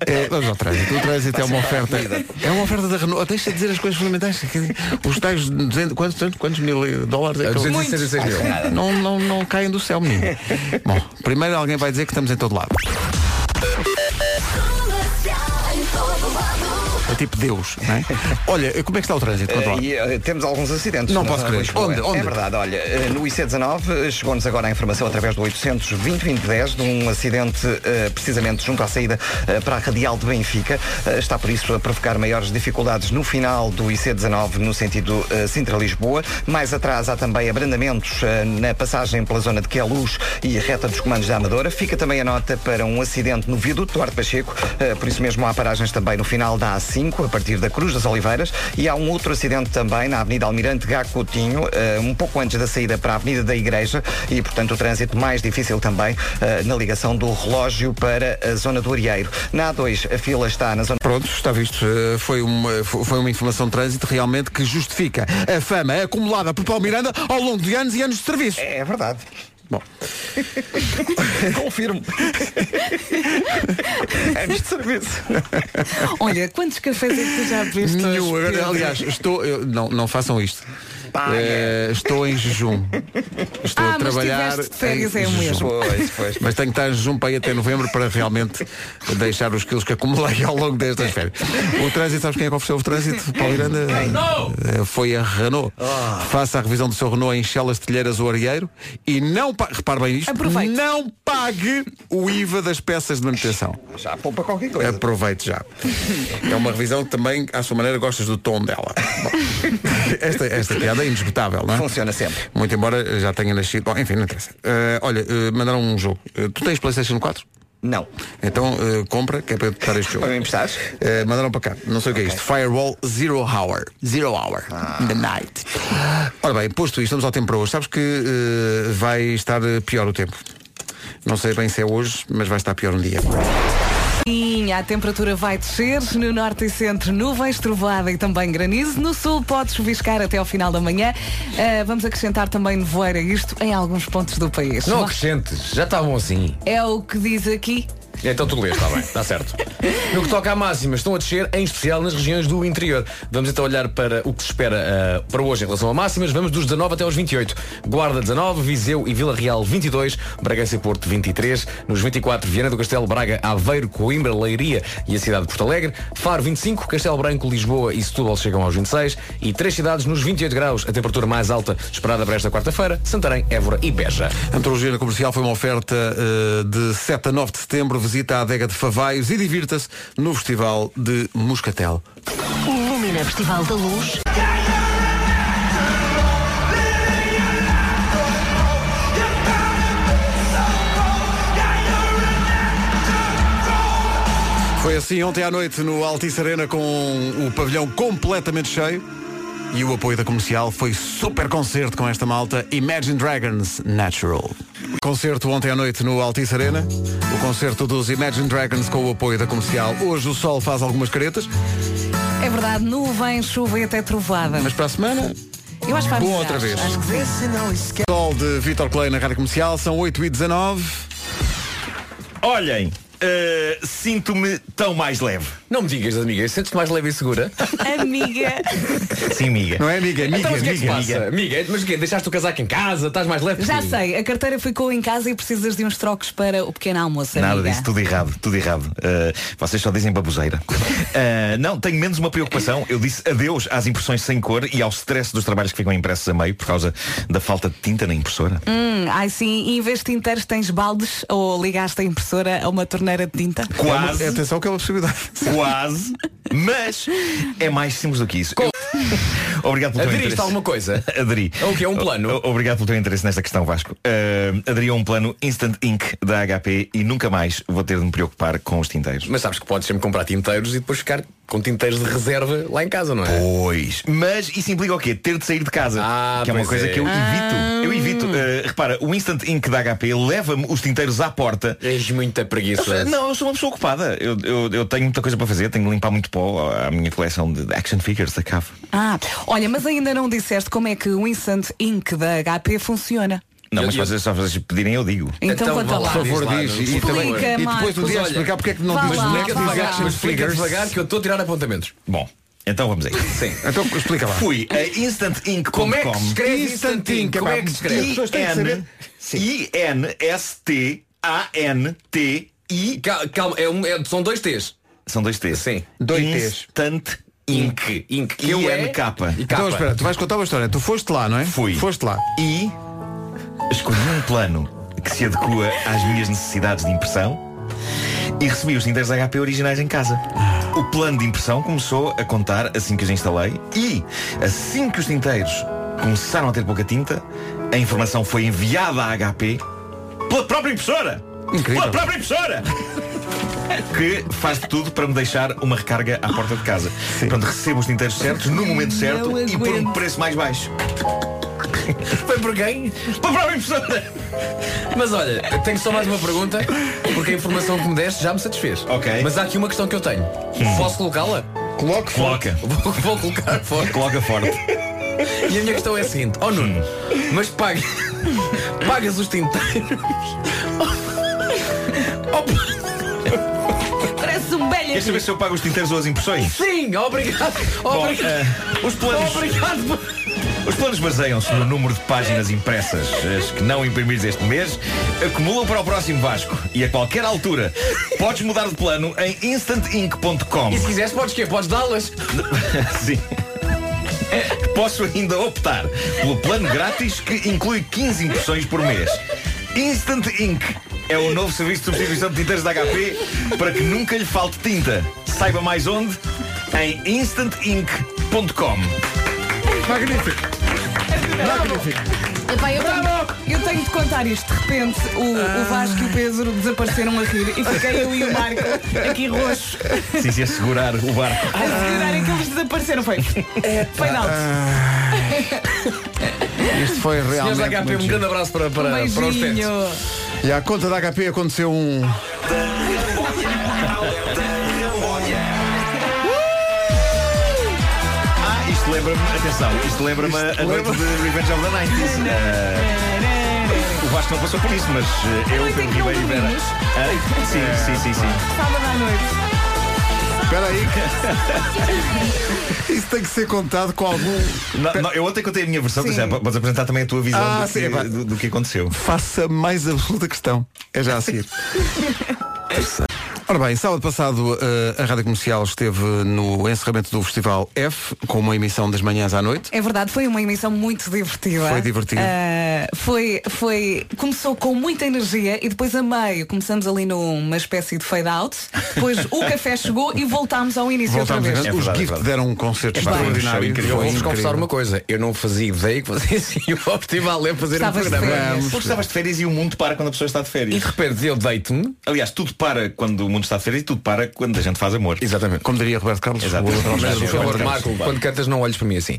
É, vamos ao trânsito. O trânsito é uma oferta. É uma oferta da Renault. Deixa de dizer as coisas fundamentais. Quer dizer, Os tais 200, quantos, tanto- quantos mil dólares é que eu- 266 mil. Muitos. Não, não, não caem do céu, menino. Bom, primeiro alguém vai dizer que estamos em todo lado. É tipo Deus, não é? Olha, como é que está o trânsito? Conta lá. Eh, e, eh, temos alguns acidentes. Não na posso zona crer. de Lisboa. Onde? Onde? É verdade, olha, eh, no IC19 eh, chegou-nos agora a informação através do 820-2010 de um acidente eh, precisamente junto à saída eh, para a Radial de Benfica. Eh, Está por isso a provocar maiores dificuldades no final do IC19 no sentido eh, Sintra-Lisboa. Mais atrás há também abrandamentos eh, na passagem pela zona de Queluz e a reta dos comandos da Amadora. Fica também a nota para um acidente no viaduto do Duarte Pacheco, eh, por isso mesmo há paragens também no final da A5, a partir da Cruz das Oliveiras, e há um outro acidente também na Avenida Almirante Gacotinho, eh, um pouco antes da saída para a Avenida da Igreja, e portanto o trânsito mais difícil também eh, na ligação do relógio para a zona do Arieiro. Na A2, a fila está na zona. Pronto, está visto. Eh, Foi uma, fo- foi uma informação de trânsito realmente que justifica a fama acumulada por Paulo Miranda ao longo de anos e anos de serviço. É verdade. Bom, [LAUGHS] Confirmo. Anos de serviço. Olha, quantos cafés é que tu já [LAUGHS] abriste? nenhum. hoje, Pedro? Aliás, estou. eu- não, não façam isto. eh, estou em jejum. Estou Ah, a mas trabalhar. tiveste de férias, em é o jejum. mesmo. Pois, Mas tenho que estar em jejum para ir até novembro para realmente deixar os quilos que acumulei ao longo destas férias. O trânsito, sabes quem é que ofereceu o trânsito? Paulo Miranda? Eh, Foi a Renault. Ah. Faça a revisão do seu Renault em Chelas Telheiras ou Arieiro e não. Pa... Repare bem isto. Não pague o IVA das peças de manutenção. Já poupa qualquer coisa. Aproveite já. É uma revisão que também, à sua maneira, gostas do tom dela. Bom, esta, esta piada é indesgotável, não é? Funciona sempre. Muito embora já tenha nascido. Bom, enfim, não interessa. Eh, olha, eh, mandaram um jogo. Eh, tu tens PlayStation 4? Não. Então eh, compra, que é para eu estar este jogo. Para mim emprestares? mandaram para cá. Não sei o que é isto. Firewall Zero Hour. Zero Hour. Ah. The Night. Ora bem, posto isto, vamos ao tempo para hoje. Sabes que eh, vai estar pior o tempo. Não sei bem se é hoje, mas vai estar pior um dia. Sim, a temperatura vai descer. No norte e centro, nuvens, trovoada e também granizo. No sul, pode chuviscar até ao final da manhã. Ah, vamos acrescentar também nevoeira a isto em alguns pontos do país. Não Bom, acrescentes, já está bom assim. É o que diz aqui. Então tu lês, está bem, está certo. No que toca a máximas, estão a descer, em especial nas regiões do interior. Vamos então olhar para o que se espera ah, para hoje em relação a máximas. Vamos dos 19 até aos 28. Guarda 19, Viseu e Vila Real 22, Bragança e Porto 23, nos 24, Viana do Castelo, Braga, Aveiro, Coimbra, Leiria e a cidade de Porto Alegre, Faro 25, Castelo Branco, Lisboa e Setúbal chegam aos 26 e três cidades nos 28 graus, a temperatura mais alta esperada para esta quarta-feira, Santarém, Évora e Beja. A Antologia na comercial foi uma oferta eh, de 7 a 9 de setembro. Visita a adega de Favaios e divirta-se no Festival de Moscatel. O Lumina Festival da Luz. Foi assim ontem à noite no Altice Arena com o pavilhão completamente cheio e o apoio da comercial foi super concerto com esta malta Imagine Dragons Natural. Concerto ontem à noite no Altice Arena, o concerto dos Imagine Dragons com o apoio da comercial. Hoje o sol faz algumas caretas, É verdade, nuvens, chuva e até trovoada. mas para a semana Eu acho que vai Bom, melhorar. outra vez. Acho que sim. Sol de Vitor Clay na Rádio Comercial, são 8h19. Olhem, eh, sinto-me tão mais leve. Não me digas, amiga, sentes-te mais leve e segura? Amiga. Sim, amiga. Não é amiga, amiga, então, mas o que é que se amiga, passa? Amiga, mas o quê? Deixaste o casaco em casa? Estás mais leve? Já Sim. sei, a carteira ficou em casa e precisas de uns trocos para o pequeno almoço, amiga. Nada disso, tudo errado, tudo errado. Uh, vocês só dizem baboseira. Uh, não, tenho menos uma preocupação. Eu disse adeus às impressões sem cor e ao stress dos trabalhos que ficam impressos a meio por causa da falta de tinta na impressora. Hum, ai sim, e em vez de tinteiros tens baldes ou ligaste a impressora a uma torneira de tinta? Quase. atenção que é uma possibilidade. Quase, mas é mais simples do que isso. Eu- [LAUGHS] Obrigado pelo teu Aderiste interesse. a alguma coisa? Aderi. É o quê? É um plano? O- Obrigado pelo teu interesse nesta questão, Vasco. Uh, aderi a um plano Instant Ink da HP e nunca mais vou ter de me preocupar com os [LAUGHS] tinteiros. Mas sabes que podes sempre comprar tinteiros e depois ficar com tinteiros de reserva lá em casa, não é? Pois. Mas isso implica o quê? Ter de sair de casa. que é uma pois coisa é. Ah. que eu evito. Eu evito. Uh, repara, o Instant Ink da HP leva-me os tinteiros à porta. És muita preguiça. Não, eu sou uma pessoa ocupada. Eu, eu, eu tenho muita coisa para fazer, tenho de limpar muito pó à minha coleção de action figures da CAV. Ah, olha, mas ainda não disseste como é que o Instant Ink da HP funciona. Não, mas vocês só vocês pedirem, eu digo. Então Então conta vá lá. lá, Por favor, diz. E, também- e depois do dia explicar porque é que não diz Mas Next explica Action mas explica Figures. devagar que eu estou a tirar apontamentos. Bom, então vamos aí. Sim. Então explica lá. Fui a instantink.com. Como é que se escreve Instant Ink? Como é que se escreve? As pessoas têm que saber. I-N-S-T-A-N-T-I. Calma, é um- é- são dois T's. São dois T's. Sim. Dois T's. Instant Ink. Ink. Que eu é. INK. Então espera, tu vais contar uma história. Tu foste lá, não é? Fui. Foste lá. E escolhi um plano que se adequa às minhas necessidades de impressão e recebi os tinteiros HP originais em casa. O plano de impressão começou a contar assim que os instalei e assim que os tinteiros começaram a ter pouca tinta, a informação foi enviada à HP pela própria impressora. Incrível. Pela própria impressora. que faz de tudo para me deixar uma recarga à porta de casa. Portanto, recebo os tinteiros certos, no momento certo e por um preço mais baixo. Foi por quem? Pela própria impressora. Mas olha, eu tenho só mais uma pergunta, porque a informação que me deste já me satisfez. Ok. Hum. Mas há aqui uma questão que eu tenho. Posso colocá-la? [LAUGHS] Coloque Coloca. Vou, vou colocar forte. Coloca [LAUGHS] forte. E a minha questão é a seguinte, ó Nuno, mas paga, [LAUGHS] pagas os tinteiros. Parece um velho. Queres saber se eu pago os tinteiros ou as impressões? Sim, obrigado. Bom, Obrigado. eh, os planos. Obrigado. Os planos baseiam-se no número de páginas impressas. As que não imprimires este mês acumulam para o próximo Vasco. E a qualquer altura podes mudar de plano em instantink.com. [LAUGHS] E se quiseres, podes quê? Podes dá-las? Sim. Posso ainda optar pelo plano grátis que inclui 15 impressões por mês. Instant Ink é o novo serviço de substituição de tintas da HP para que nunca lhe falte tinta. Saiba mais onde? Em instantink.com. Magnífico! Epá, eu, tenho, eu tenho de contar isto. De repente, o, o Vasco e o Pedro desapareceram a rir e fiquei eu e o Marco aqui roxos. Sim, se assegurar o barco. A segurarem que eles desapareceram. Foi. Foi não. Isto foi realmente. Senhores da HP, muito um grande giro. abraço para, para, Um para os beijinho. testes. E à conta da HP aconteceu um. Ah, isto lembra-me, atenção, isto lembra-me a noite de Revenge of the [LAUGHS] 90s. Ah, o Vasco não passou por isso, mas eh, eu, Pedro Ribeiro e Vera. Ah, sim, É. sim, sim, sim. Sábado à noite. Espera aí. Isso tem que ser contado com algum. Não, não, eu ontem contei a minha versão, Sim. mas já podes apresentar também a tua visão Ah, do, sim, que, epá. do- do que aconteceu. Faça a mais absoluta questão. É já a seguir. Ora bem, sábado passado eh, a Rádio Comercial esteve no encerramento do Festival F, com uma emissão das manhãs à noite. É verdade, foi uma emissão muito divertida. Foi divertido. Ah, foi, foi, começou com muita energia e depois a meio começamos ali numa espécie de fade out. Depois o café chegou e voltámos ao início Voltámos a outra vez. Os Gift deram um concerto extraordinário. Eu Foi vou-vos incrível. confessar um uma coisa. Eu não fazia ideia que vocês [LAUGHS] iam ao festival a fazer Estavas de um programa. férias. Porque estavas de férias e o mundo para quando a pessoa está de férias. E de repente eu deito-me. Aliás, tudo para quando o mundo está de férias e tudo para quando a gente faz amor. Exatamente. Como diria Roberto Carlos, Exatamente. o outro- Mas, Por favor, Marco, quando cantas não olhes para mim assim.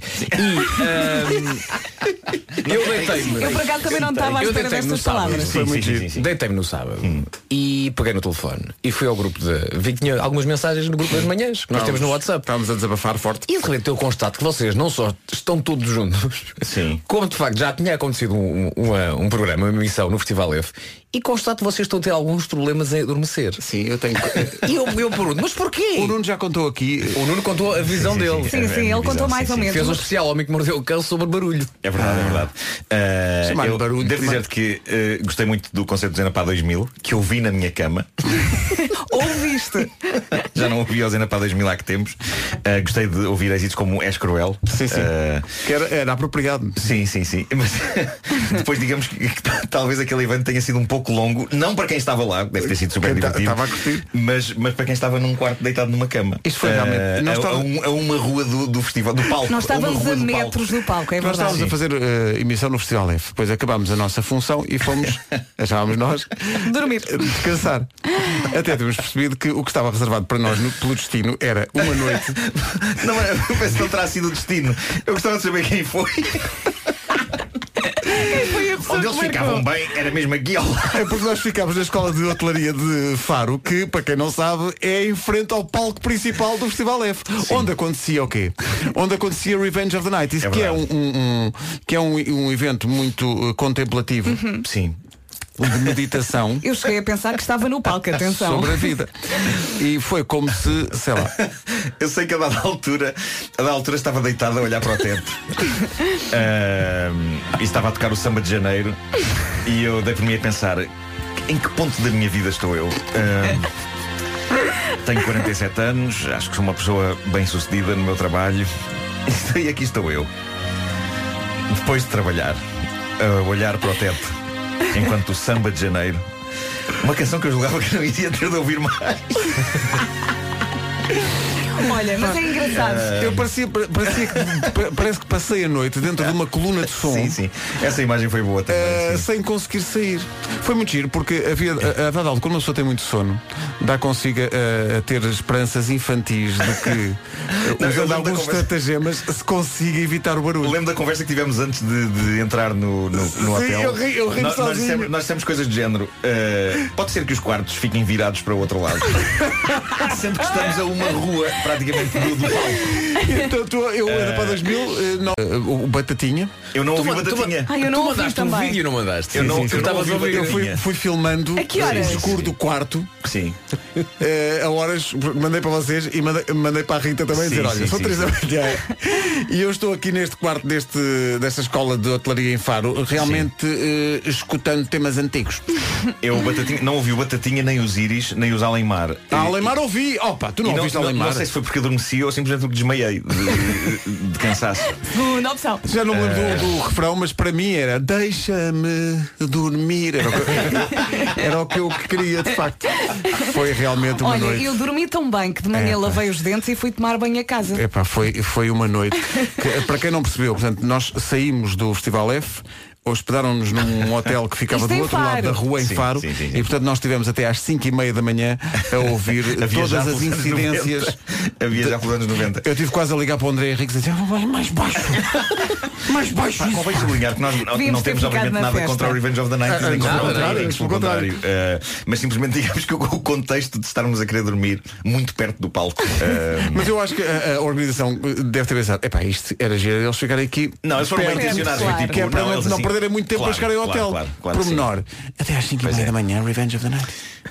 E ahm, eu deitei-me. Eu por acaso também não estava à Eu espera deitei-me no destas sábado. palavras. Sim, sim, sim, sim. Deitei-me no sábado e peguei no telefone e fui ao grupo de. Vi que tinha algumas mensagens no grupo das manhãs que nós temos no WhatsApp. Estávamos a desabafar forte. E de repente eu constato que vocês não só estão todos juntos, Sim. [LAUGHS] como de facto já tinha acontecido um, um, uma- um programa, uma emissão no Festival F, e constato que vocês estão a ter alguns problemas em adormecer. Sim, eu tenho. [LAUGHS] E eu, eu pergunto, mas o porquê? Nuno já contou aqui. eh, O Nuno contou a visão dele. Sim, sim, ele contou mais ou menos. Fez um especial Homem que Mordeu o Cão sobre barulho. É verdade, é verdade. Ah, Chamar-lhe eu barulho devo também. dizer-te que ah, gostei muito do concerto do Zenapá 2000, que eu vi na minha [LAUGHS] cama. Ouviste? [LAUGHS] Já não ouvi o Zenapá 2000 há que temos. Ah, gostei de ouvir êxitos como És Cruel. Sim, sim. Ah, Que era, era apropriado. Sim, sim, sim. [LAUGHS] Mas depois digamos que, que [LAUGHS] ta- talvez aquele evento tenha sido um pouco longo, não para quem estava lá, deve ter sido super Quem ta- divertido. estava a curtir. Mas, mas para quem estava num quarto deitado numa cama. Isto foi Ah, realmente- A, nós a estava- um- a uma rua do, do festival, do palco. Nós a um uma estávamos rua a do palco. metros do palco, é Nós verdade. estávamos a fazer eh, emissão no Festival F. Depois acabámos a nossa função e fomos, achávamos nós, eh, Dormir. descansar. Até temos percebido que o que estava reservado para nós no- pelo destino era uma noite. Não, mas [LAUGHS] eu penso que não terá sido o destino. Eu gostava de saber quem foi. Foi a pessoa Onde que eles marcou. ficavam bem era mesmo aqui ao lado. É porque nós ficámos na escola de hotelaria de Faro, que, para quem não sabe, é em frente ao palco principal do Festival F. Onde acontecia o quê? Onde acontecia Revenge of the Night. Isso É que, é um, verdade. um- um- que é um, um evento muito eh, contemplativo, Sim. de meditação. [LAUGHS] Eu cheguei a pensar que estava no palco, atenção. sobre a vida. E foi como se, sei lá, Eu sei que a dada altura, a dada altura estava deitada a olhar para [LAUGHS] o teto. Ahm, e estava a tocar o samba de janeiro. E eu dei por mim a pensar, em que ponto da minha vida estou eu? Ahm, tenho 47 anos, acho que sou uma pessoa bem sucedida no meu trabalho. E [LAUGHS] aqui estou eu. Depois de trabalhar, a olhar para o teto, enquanto o samba de janeiro. Uma canção que eu julgava que não iria ter de ouvir mais. Olha, mas é engraçado. eu parecia, parecia que, pa- parece que passei a noite dentro de uma coluna de som. Sim, sim. Essa imagem foi boa também. eh, sim. sem conseguir sair. Foi muito giro, porque havia, a, a dada altura, quando uma pessoa tem muito sono, dá consigo a, a ter esperanças infantis de que, [LAUGHS] Não, eu lembro usando da alguns conversa- estratagemas, se consiga evitar o barulho. Lembro da conversa que tivemos antes de, de entrar no, no, no Sim, hotel. eu ri- eu ri-me nós, nós, sozinho. dissemos, nós dissemos coisas do género. [LAUGHS] Ah, eh, pode ser que os quartos fiquem virados para o outro lado. Sendo que estamos a uma rua, para praticamente nu do palco. [LAUGHS] Então tu, eu era para 2000, eh, não. Eh, o- O Batatinha. Eu não Tu ouvi ma- tu Batatinha. ma- Ai, eu não tu ouvi mandaste um também. vídeo, não mandaste? Eu, não, Tu eu, não estavas a ouvi, ouvir. eu fui, fui filmando A que horas? no escuro do quarto. Sim. [LAUGHS] Eh, a horas, mandei para vocês e mandei, mandei para a Rita também Sim, dizer, olha, sim, são sim, três da sim. manhã e eu estou aqui neste quarto deste, desta escola de hotelaria em Faro, realmente eh, escutando temas antigos. Eu o Batatinha, não ouvi o Batatinha, nem os Iris, nem os Alemar. A Alemar ouvi. Opa, tu não E ouviste não, Alemar? Não sei se foi porque adormeci ou simplesmente porque desmaiei de, de- [LAUGHS] de cansaço. Segunda opção. Já não me lembro Eh. do, do refrão, mas para mim era Deixa-me dormir. Era o, que, era o que eu [LAUGHS] queria, de facto. Foi realmente uma Olha, noite. eu dormi tão bem que de manhã É, pá. lavei os dentes e fui tomar banho a casa. Epá, foi, foi uma noite. que, para quem não percebeu, portanto, nós saímos do Festival F, hospedaram-nos num hotel que ficava Isto do em outro lado Faro. da rua, em Sim, Faro, sim, sim, sim. e portanto nós estivemos até às 5 e meia da manhã a ouvir [LAUGHS] A todas viajar as pelos anos incidências. 90. A viajar pelos anos 90. Eu tive quase a ligar para o André Henrique e dizer, vai mais baixo. mais baixo. Pá, convém sublinhar que nós não, Devíamos não ter temos ficado obviamente na nada festa. contra o Revenge of the Night, Ah, nem nada, contra o nada, contrário, nada, pelo contrário. Eh, mas simplesmente [LAUGHS] digamos que o, o contexto de estarmos a querer dormir muito perto do [LAUGHS] palco. eh, Mas eu acho que a, a organização eh, deve ter pensado, epá, isto era giro eles ficarem aqui. Não, eles foram bem perto, intencionados, foi tipo, que é para não, não, eles não assim, perderem muito tempo para claro, chegarem ao claro, hotel. claro, claro que sim. Pormenor. Até às 5 e Pois meia é. da manhã, Revenge of the Night.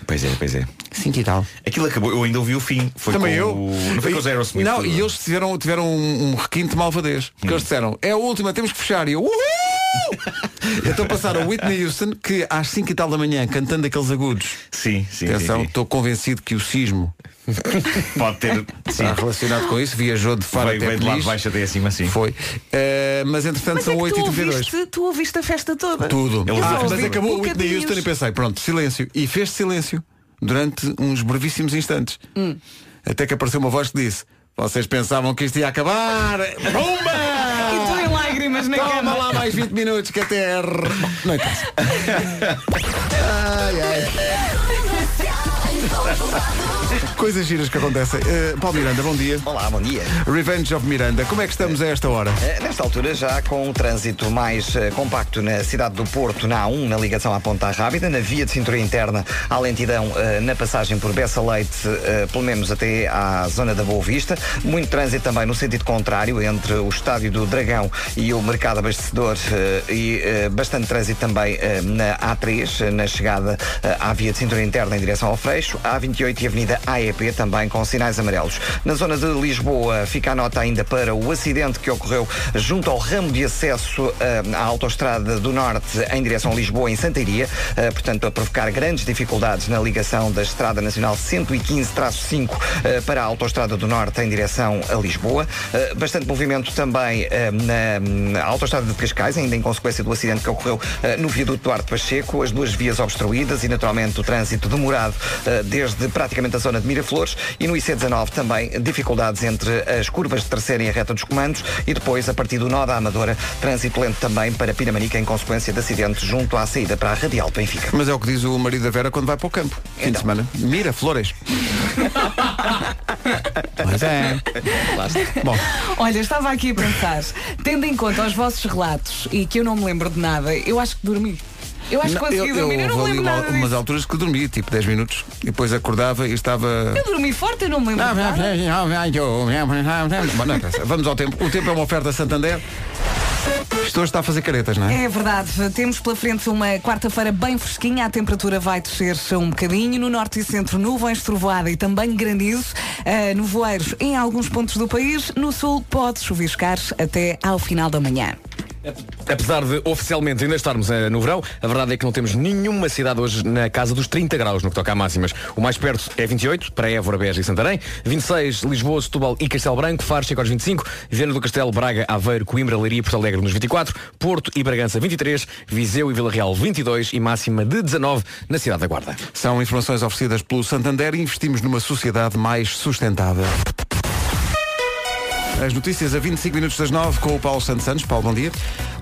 Pois é, pois é. 5 e tal. Aquilo acabou, eu ainda ouvi o fim. Foi Também com eu. O, não foi com Hum. os Aerosmith. Não, foi- e eles tiveram, tiveram um, um requinte de malvadez. Porque eles disseram, é a última, temos que fechar. E eu, uhul! [LAUGHS] então passaram Whitney Houston, que às 5 e tal da manhã, cantando aqueles agudos. Sim, sim. Atenção, estou convencido que o sismo [LAUGHS] Pode ter. está relacionado com isso. Viajou de fora Veio- até veio de lá Peniche. de baixo até acima, sim. Foi. Eh, mas entretanto Mas é são que 8 tu e 32 ouviste, tu ouviste a festa toda. Tudo. Eu só Ah, mas ouvi acabou o Whitney bocadinhos. Houston e pensei, pronto, silêncio. E fez silêncio durante uns brevíssimos instantes. Hum. Até que apareceu uma voz que disse, vocês pensavam que isto ia acabar. Pumba! [LAUGHS] E tu em lágrimas na Toma cama. lá mais 20 minutos que até é... Não interessa. [LAUGHS] Ai, ai. Coisas giras que acontecem. Uh, Paulo Miranda, bom dia. Oh. Olá, bom dia. Revenge of Miranda, como é que estamos a esta hora? Eh, Nesta altura, já com o trânsito mais eh, compacto na cidade do Porto, na A1, na ligação à Ponta Rábida, na via de cintura interna, à lentidão eh, na passagem por Bessa Leite, eh, pelo menos até à zona da Boa Vista. Muito trânsito também no sentido contrário, entre o Estádio do Dragão e o Mercado Abastecedor, eh, e eh, bastante trânsito também eh, na A3, eh, na chegada eh, à via de cintura interna em direção ao Freixo, a 28 e a Avenida AEP também com sinais amarelos. Na zona de Lisboa fica a nota ainda para o acidente que ocorreu junto ao ramo de acesso eh, à autoestrada do Norte em direção a Lisboa em Santaria, eh, portanto a provocar grandes dificuldades na ligação da Estrada Nacional 115-5 eh, para a autoestrada do Norte em direção a Lisboa. Eh, bastante movimento também eh, na, na autoestrada de Cascais, ainda em consequência do acidente que ocorreu eh, no viaduto Duarte Pacheco, as duas vias obstruídas e naturalmente o trânsito demorado eh, desde praticamente a zona de Miraflores e no IC19 também dificuldades entre as curvas de terceira e a reta dos comandos e depois a partir do nó da Amadora trânsito lento também para Pinamanica em consequência de acidente junto à saída para a Radial de Benfica. Mas é o que diz o marido da Vera quando vai para o campo. Fim Então. de semana. Mira flores. Mas é. Bom, Olha, estava aqui a pensar, tendo em conta os vossos relatos e que eu não me lembro de nada, eu acho que dormi. Eu acho que eu, consegui dormir, eu, não me houve ali lembro uma- nada umas disso. alturas que dormia, tipo 10 minutos, e depois acordava e estava. Eu dormi forte, eu não me lembro Ah, de é, nada. Bom, não interessa. Vamos ao tempo. O tempo é uma oferta Santander. Isto hoje está a fazer caretas, não é? É verdade, temos pela frente uma quarta-feira bem fresquinha, a temperatura vai descer um bocadinho, no norte e centro nuvens, trovoada e também granizo, eh, nevoeiros em alguns pontos do país, no sul pode chuviscar até ao final da manhã. Apesar de oficialmente ainda estarmos eh, no verão, a verdade é que não temos nenhuma cidade hoje na casa dos 30 graus no que toca a máximas. O mais perto é 28, para Évora, Beja e Santarém, 26, Lisboa, Setúbal e Castelo Branco, Faro chega aos 25, Viana do Castelo, Braga, Aveiro, Coimbra, Leiria e Porto Alegre nos 24, Porto e Bragança 23, Viseu e Vila Real 22 e máxima de 19 na cidade da Guarda. São informações oferecidas pelo Santander e investimos numa sociedade mais sustentável. As notícias a 25 minutos das 9 com o Paulo Santos Santos. Paulo, bom dia.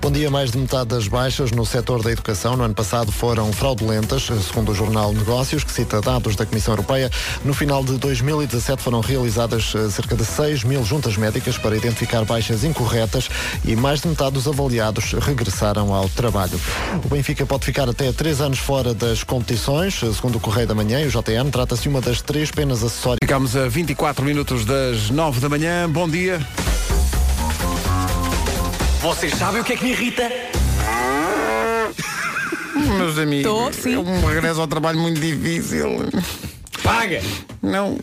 Bom dia, mais de metade das baixas no setor da educação no ano passado foram fraudulentas, segundo o jornal Negócios, que cita dados da Comissão Europeia. No final de 2017 foram realizadas eh, cerca de 6 mil juntas médicas para identificar baixas incorretas e mais de metade dos avaliados regressaram ao trabalho. O Benfica pode ficar até três anos fora das competições, eh, segundo o Correio da Manhã e o JN. Trata-se de uma das três penas acessórias. Ficámos a 24 minutos das 9 da manhã. Bom dia. Vocês sabem o que é que me irrita? [LAUGHS] Meus amigos, é um regresso ao trabalho muito difícil. Paga! Não,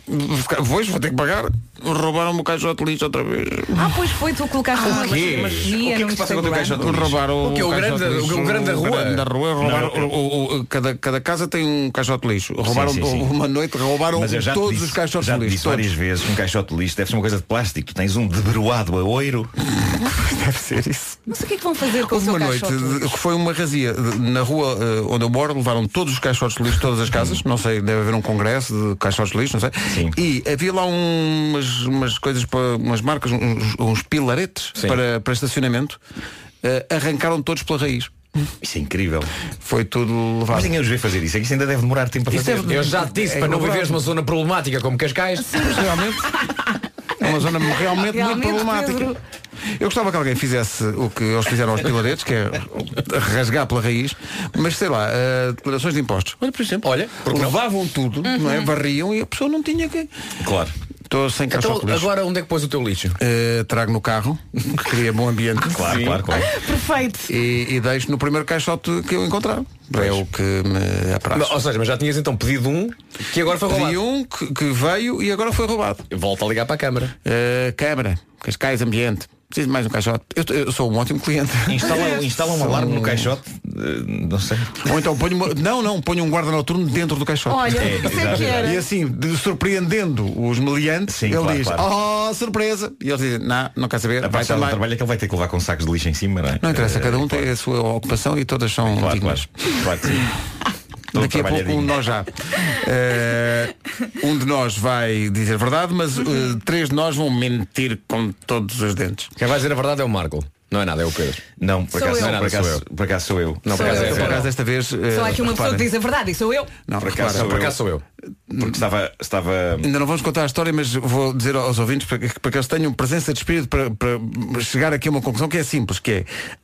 pois vou ter que pagar. Roubaram-me o caixote de lixo outra vez. Ah, pois foi, tu colocaste uma quê? magia no Instagram. Roubaram O quê? O caixote grande- de lixo, o grande da rua? grande da rua, Não, roubaram- eu- o- o- cada, cada casa tem um caixote de lixo. Roubaram Sim, sim, sim. uma noite, roubaram Mas eu já te todos disse- os caixotes já de te lixo. disse várias todos. vezes que um caixote de lixo deve ser uma coisa de plástico. Tu tens um debruado a oiro. [LAUGHS] deve ser isso. Mas o que é que vão fazer com o Houve seu uma noite caixote? de- que foi uma razia De- na rua eh, onde eu moro levaram todos os caixotes de lixo de todas as casas não sei deve haver um congresso de caixotes de lixo não sei e havia lá um- umas, umas coisas para umas marcas uns, uns pilaretes para, para estacionamento Eh, arrancaram todos pela raiz Isso é incrível. Foi tudo levado. Mas ninguém os vê fazer isso. é que Isso ainda deve demorar tempo a Isso fazer. deve- Eu já te É disse, para não viveres numa zona problemática como Cascais. realmente. É uma zona realmente, muito Realmente, problemática. Eu gostava que alguém fizesse o que eles fizeram aos pilaretes, que é rasgar pela raiz, mas sei lá, eh, declarações de impostos. Olha, por exemplo, olha, levavam tudo, não é? varriam e a pessoa não tinha que. Claro. Estou sem Então, caixote de lixo. agora onde é que pões o teu lixo? Eh, trago no carro, que cria bom ambiente. [LAUGHS] Claro, claro, claro. Perfeito. E, e deixo no primeiro caixote que eu encontrar. É o que me apraz. Ou seja, mas já tinhas então pedido um que agora foi roubado. Pedi um que, que veio e agora foi roubado. Volta a ligar para a Câmara. câmara, Eh, Cascais Ambiente. Preciso de mais um caixote. Eu, t- eu sou um ótimo [LAUGHS] cliente. Instala, instala um Sou alarme um- no caixote. eh, Não sei. Ou então ponho uma- Não, não, ponho um guarda noturno dentro do caixote. [LAUGHS] Olha, É, isso isso é exato. que era. E assim, de- surpreendendo os meliantes, ele claro, diz, claro. oh, surpresa! E eles dizem, não, não quer saber, A vai passar do também. trabalho é que ele vai ter que levar com sacos de lixo em cima, não é? Não interessa, cada um tem a sua ocupação e todas são Claro, dignas. Claro que sim. Todo Daqui a trabalho é pouco um de digno. nós já. Eh, um de nós vai dizer verdade, mas eh, Uhum. três de nós vão mentir com todos os dentes. Quem vai dizer a verdade é o Marco. Não é nada, é o Pedro. Não, por Sou acaso, eu. não, Não, por não, acaso, sou por acaso sou eu. Não, por acaso é Por acaso desta vez. eh, Só há aqui uma pessoa reparem. que diz a verdade e sou eu. Não, Por acaso reparem. sou eu. é- Porque estava. estava... Ainda não vamos contar a história, mas vou dizer aos ouvintes para que, para que eles tenham presença de espírito para, para chegar aqui a uma conclusão que é simples, que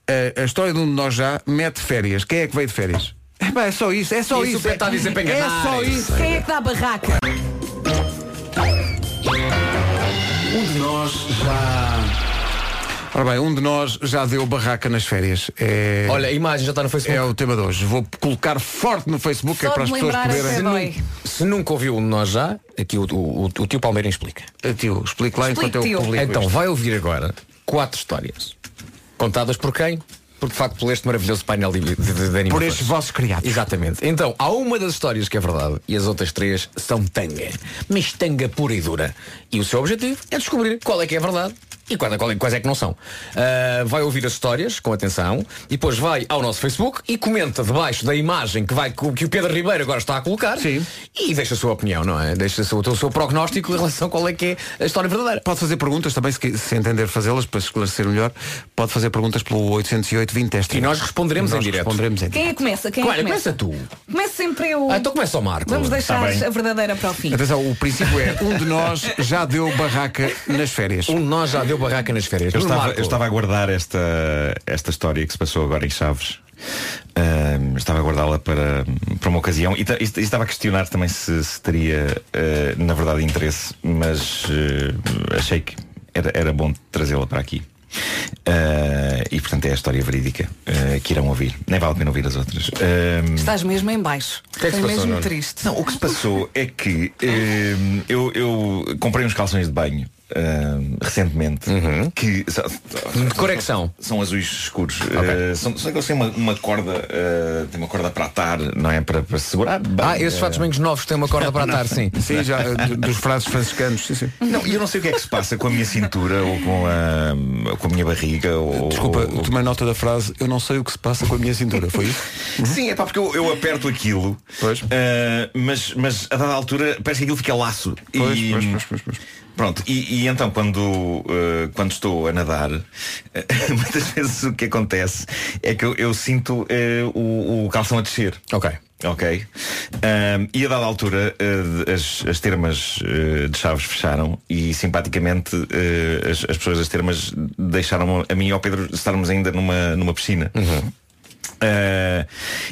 é a, a história de um de nós já mete férias. Quem é que veio de férias? É, pá, é só isso, é só Isso isso. o Pedro está a dizer para é enganar, só é isso. Quem é que dá a barraca? Um de nós já. Ora bem, um de nós já deu barraca nas férias. É... Olha, a imagem já está no Facebook. É o tema de hoje. Vou colocar forte no Facebook é Só para as de pessoas lembrar poderem. até dói. Se nunca ouviu um de nós já, aqui o, o, o, o tio Palmeiras explica. Tio, explique lá enquanto eu publico Então, isto. vai ouvir agora quatro histórias. Contadas por quem? Por de facto, por este maravilhoso painel de, de, de animadores. Por estes vossos criados. [LAUGHS] Exatamente. Então, há uma das histórias que é verdade e as outras três são tanga. Mas tanga pura e dura. E o seu objetivo é descobrir qual é que é verdade e qual, qual, quais é que não são. Ah, vai ouvir as histórias com atenção e depois vai ao nosso Facebook e comenta debaixo da imagem que, vai, que o Pedro Ribeiro agora está a colocar e deixa a sua opinião, não é? Deixa o seu, o seu prognóstico em relação a qual é que é a história verdadeira. Pode fazer perguntas também, se, que- se entender fazê-las, para esclarecer melhor, pode fazer perguntas pelo 808 20 E nós responderemos nós em direto. Responderemos em Quem é que começa? Quem é Olha, que começa? começa tu. Começa sempre eu. Ah, então começa Tá o Marco. Vamos deixar Está bem. a verdadeira para o fim. Atenção, o princípio é um de nós já deu barraca nas férias. Um de nós já deu barraca nas férias. Eu estava, eu estava a guardar esta, esta história que se passou agora em Chaves. Ahm, estava a guardá-la para, para uma ocasião e, ta- e estava a questionar também se, se teria, eh, na verdade, interesse, mas eh, achei que era, era bom trazê-la para aqui. Ah, e portanto é a história verídica eh, que irão ouvir. Nem vale a pena ouvir as outras. Ahm, Estás mesmo em baixo. que é que Estás se passou, mesmo Nuno? triste. Não, o que se passou é que hum, eu, eu comprei uns calções de banho hum, recentemente que de cor é que são? São azuis escuros. Eh, são, são aqueles que têm uma, uma corda, eh, tem uma corda para atar, não é? Para, para segurar. bem. Ah, esses Eh, fatos bem novos têm uma corda para atar, [LAUGHS] sim. Sim, já, eh, do- dos frases franciscanos, sim, sim. Não, e eu não sei o que é que se passa com a minha cintura ou com a, ou com a minha barriga Oh. ou. Desculpa, ou- eu tomei nota da frase, eu não sei o que se passa com a minha cintura, foi isso? Sim, é pá, porque eu, eu aperto aquilo, eh, mas, mas a dada altura parece que aquilo fica laço. Pois, e, pois, pois, pois, pois. Pronto, e, E então quando, eh, quando estou a nadar, [LAUGHS] muitas vezes o que acontece é que eu, eu sinto eh, o, o calção a descer. Ok. Ok. Ahm, e a dada altura eh, de- as, as termas eh, de chaves fecharam e simpaticamente eh, as, as pessoas das termas deixaram a mim e ao Pedro estarmos ainda numa, numa piscina. Ah,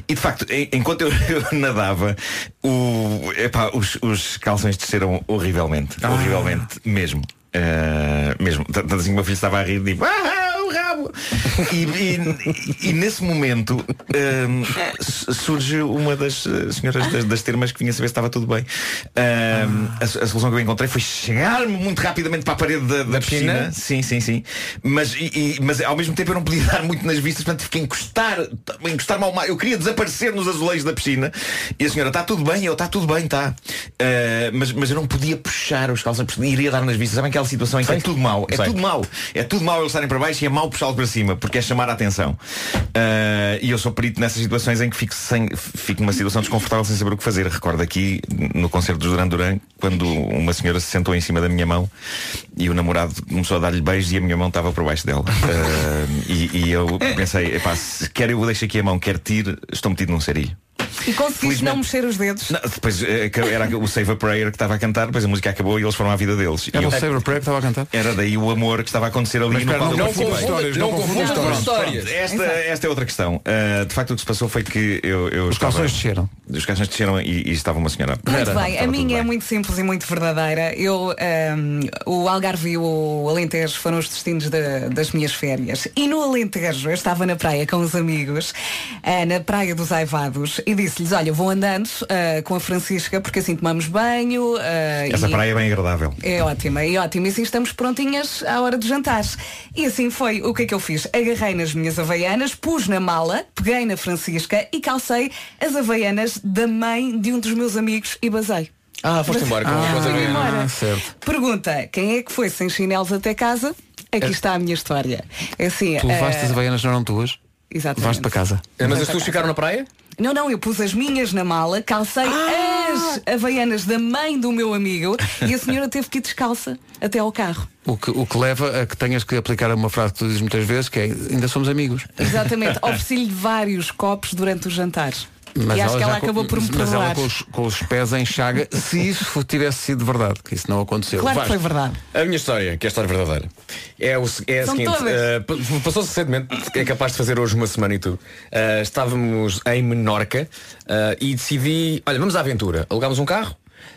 e de facto, em- enquanto eu, [LAUGHS] eu nadava, o- epá, os, os calções desceram horrivelmente. Horrivelmente mesmo. Ah, mesmo. T- Tanto assim que o meu filho estava a rir tipo, ah, o rabo! e, e- e nesse momento ahm, su- surge uma das ah, senhoras das, das termas que vinha saber se estava tudo bem. Ahm, a, so- a solução que eu encontrei foi chegar-me muito rapidamente para a parede da, da piscina. piscina? Sim, sim, sim. Mas, e- e- mas ao mesmo tempo eu não podia [LAUGHS] dar muito nas vistas, portanto tive que encostar, encostar-me ao mar. Eu queria desaparecer nos azulejos da piscina. E a senhora, está tudo bem? Eu, está tudo bem, está. Ah, mas, mas eu não podia puxar os calções, porque iria dar nas vistas. Sabem aquela situação em que é tudo mau? É Sei. tudo mau. É tudo mau eles estarem para baixo e é mau puxá-los para cima, porque é chamar a atenção. Ah, e eu sou perito nessas situações em que fico, sem, fico numa situação desconfortável sem saber o que fazer. Recordo aqui, no concerto dos Duran Duran, quando uma senhora se sentou em cima da minha mão e o namorado começou a dar-lhe beijos e a minha mão estava por baixo dela. Ah, e, e eu pensei, epá, se quer eu deixo aqui a mão, quer tire, estou metido num sarilho. E conseguiste não mexer os dedos? Não, depois eh, que era o Save a Prayer que estava a cantar, depois a música acabou e eles foram à vida deles. E Era eu- o Saber Prayer que estava a cantar. era daí o amor que estava a acontecer ali Mas no espera, qual não eu confunda participei. histórias, não Não confunda confunda histórias. histórias. Pronto, Esta, esta é outra questão. Uh, de facto, o que se passou foi que eu. eu Tá os calções desceram. Os calções desceram e, e estava uma senhora. Muito bem, a Estava minha é muito simples e muito verdadeira. Eu, ahm, o Algarve e o Alentejo foram os destinos da- das minhas férias. E no Alentejo eu estava na praia com os amigos, ah, na praia dos Aivados, e disse-lhes, olha, vou andando ah, com a Francisca porque assim tomamos banho. ah, Essa e- praia é bem agradável. é ótima, é ótima. E assim estamos prontinhas à hora de jantar. E assim foi. O que é que eu fiz? Agarrei nas minhas havaianas, pus na mala, peguei na Francisca e calcei as havaianas da mãe de um dos meus amigos e basei. Ah, foste Basei. embora com com as Fui abelhas. Ah, embora. Pergunta, quem é que foi sem chinelos até casa? Aqui está a minha história. É Assim, Tu levaste eh, as Havaianas, não eram tuas? Exatamente. Levaste para casa. É, mas as tuas ficaram na praia? Não, não, eu pus as minhas na mala, calcei as havaianas da mãe do meu amigo e a senhora teve que ir descalça até ao carro. O que, o que leva a que tenhas que aplicar uma frase que tu dizes muitas vezes, que é ainda somos amigos. Exatamente, ofereci-lhe vários copos durante o jantar. e acho que ela já com- acabou por me Mas ela perdoar. com os, com os pés em chaga, se isso fo- tivesse sido verdade, que isso não aconteceu. Claro que Vasco. foi verdade. A minha história, que é a história verdadeira, é, o, se- é a São seguinte. todas. eh, pa- Passou-se recentemente, é capaz de fazer hoje uma semana e tudo. Eh, estávamos em Menorca eh, e decidi, olha, vamos à aventura. Alugámos um carro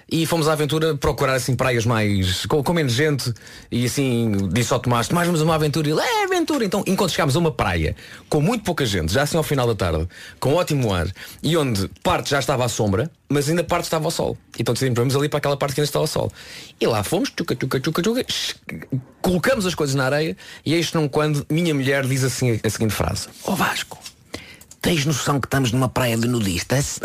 e fomos à aventura procurar assim praias mais. com, com menos gente e assim disse ao Tomás, Tomás vamos a uma aventura e ele, é aventura. Então, enquanto chegámos a uma praia com muito pouca gente, já assim ao final da tarde, com um ótimo ar, e onde parte já estava à sombra, mas ainda parte estava ao sol. Então decidimos, vamos ali para aquela parte que ainda está ao sol. E lá fomos, tchuca, tchuca, tchuca, tchuca, sh- colocamos as coisas na areia e eis não quando minha mulher diz assim a seguinte frase. Ó Vasco, tens noção que estamos numa praia de nudistas?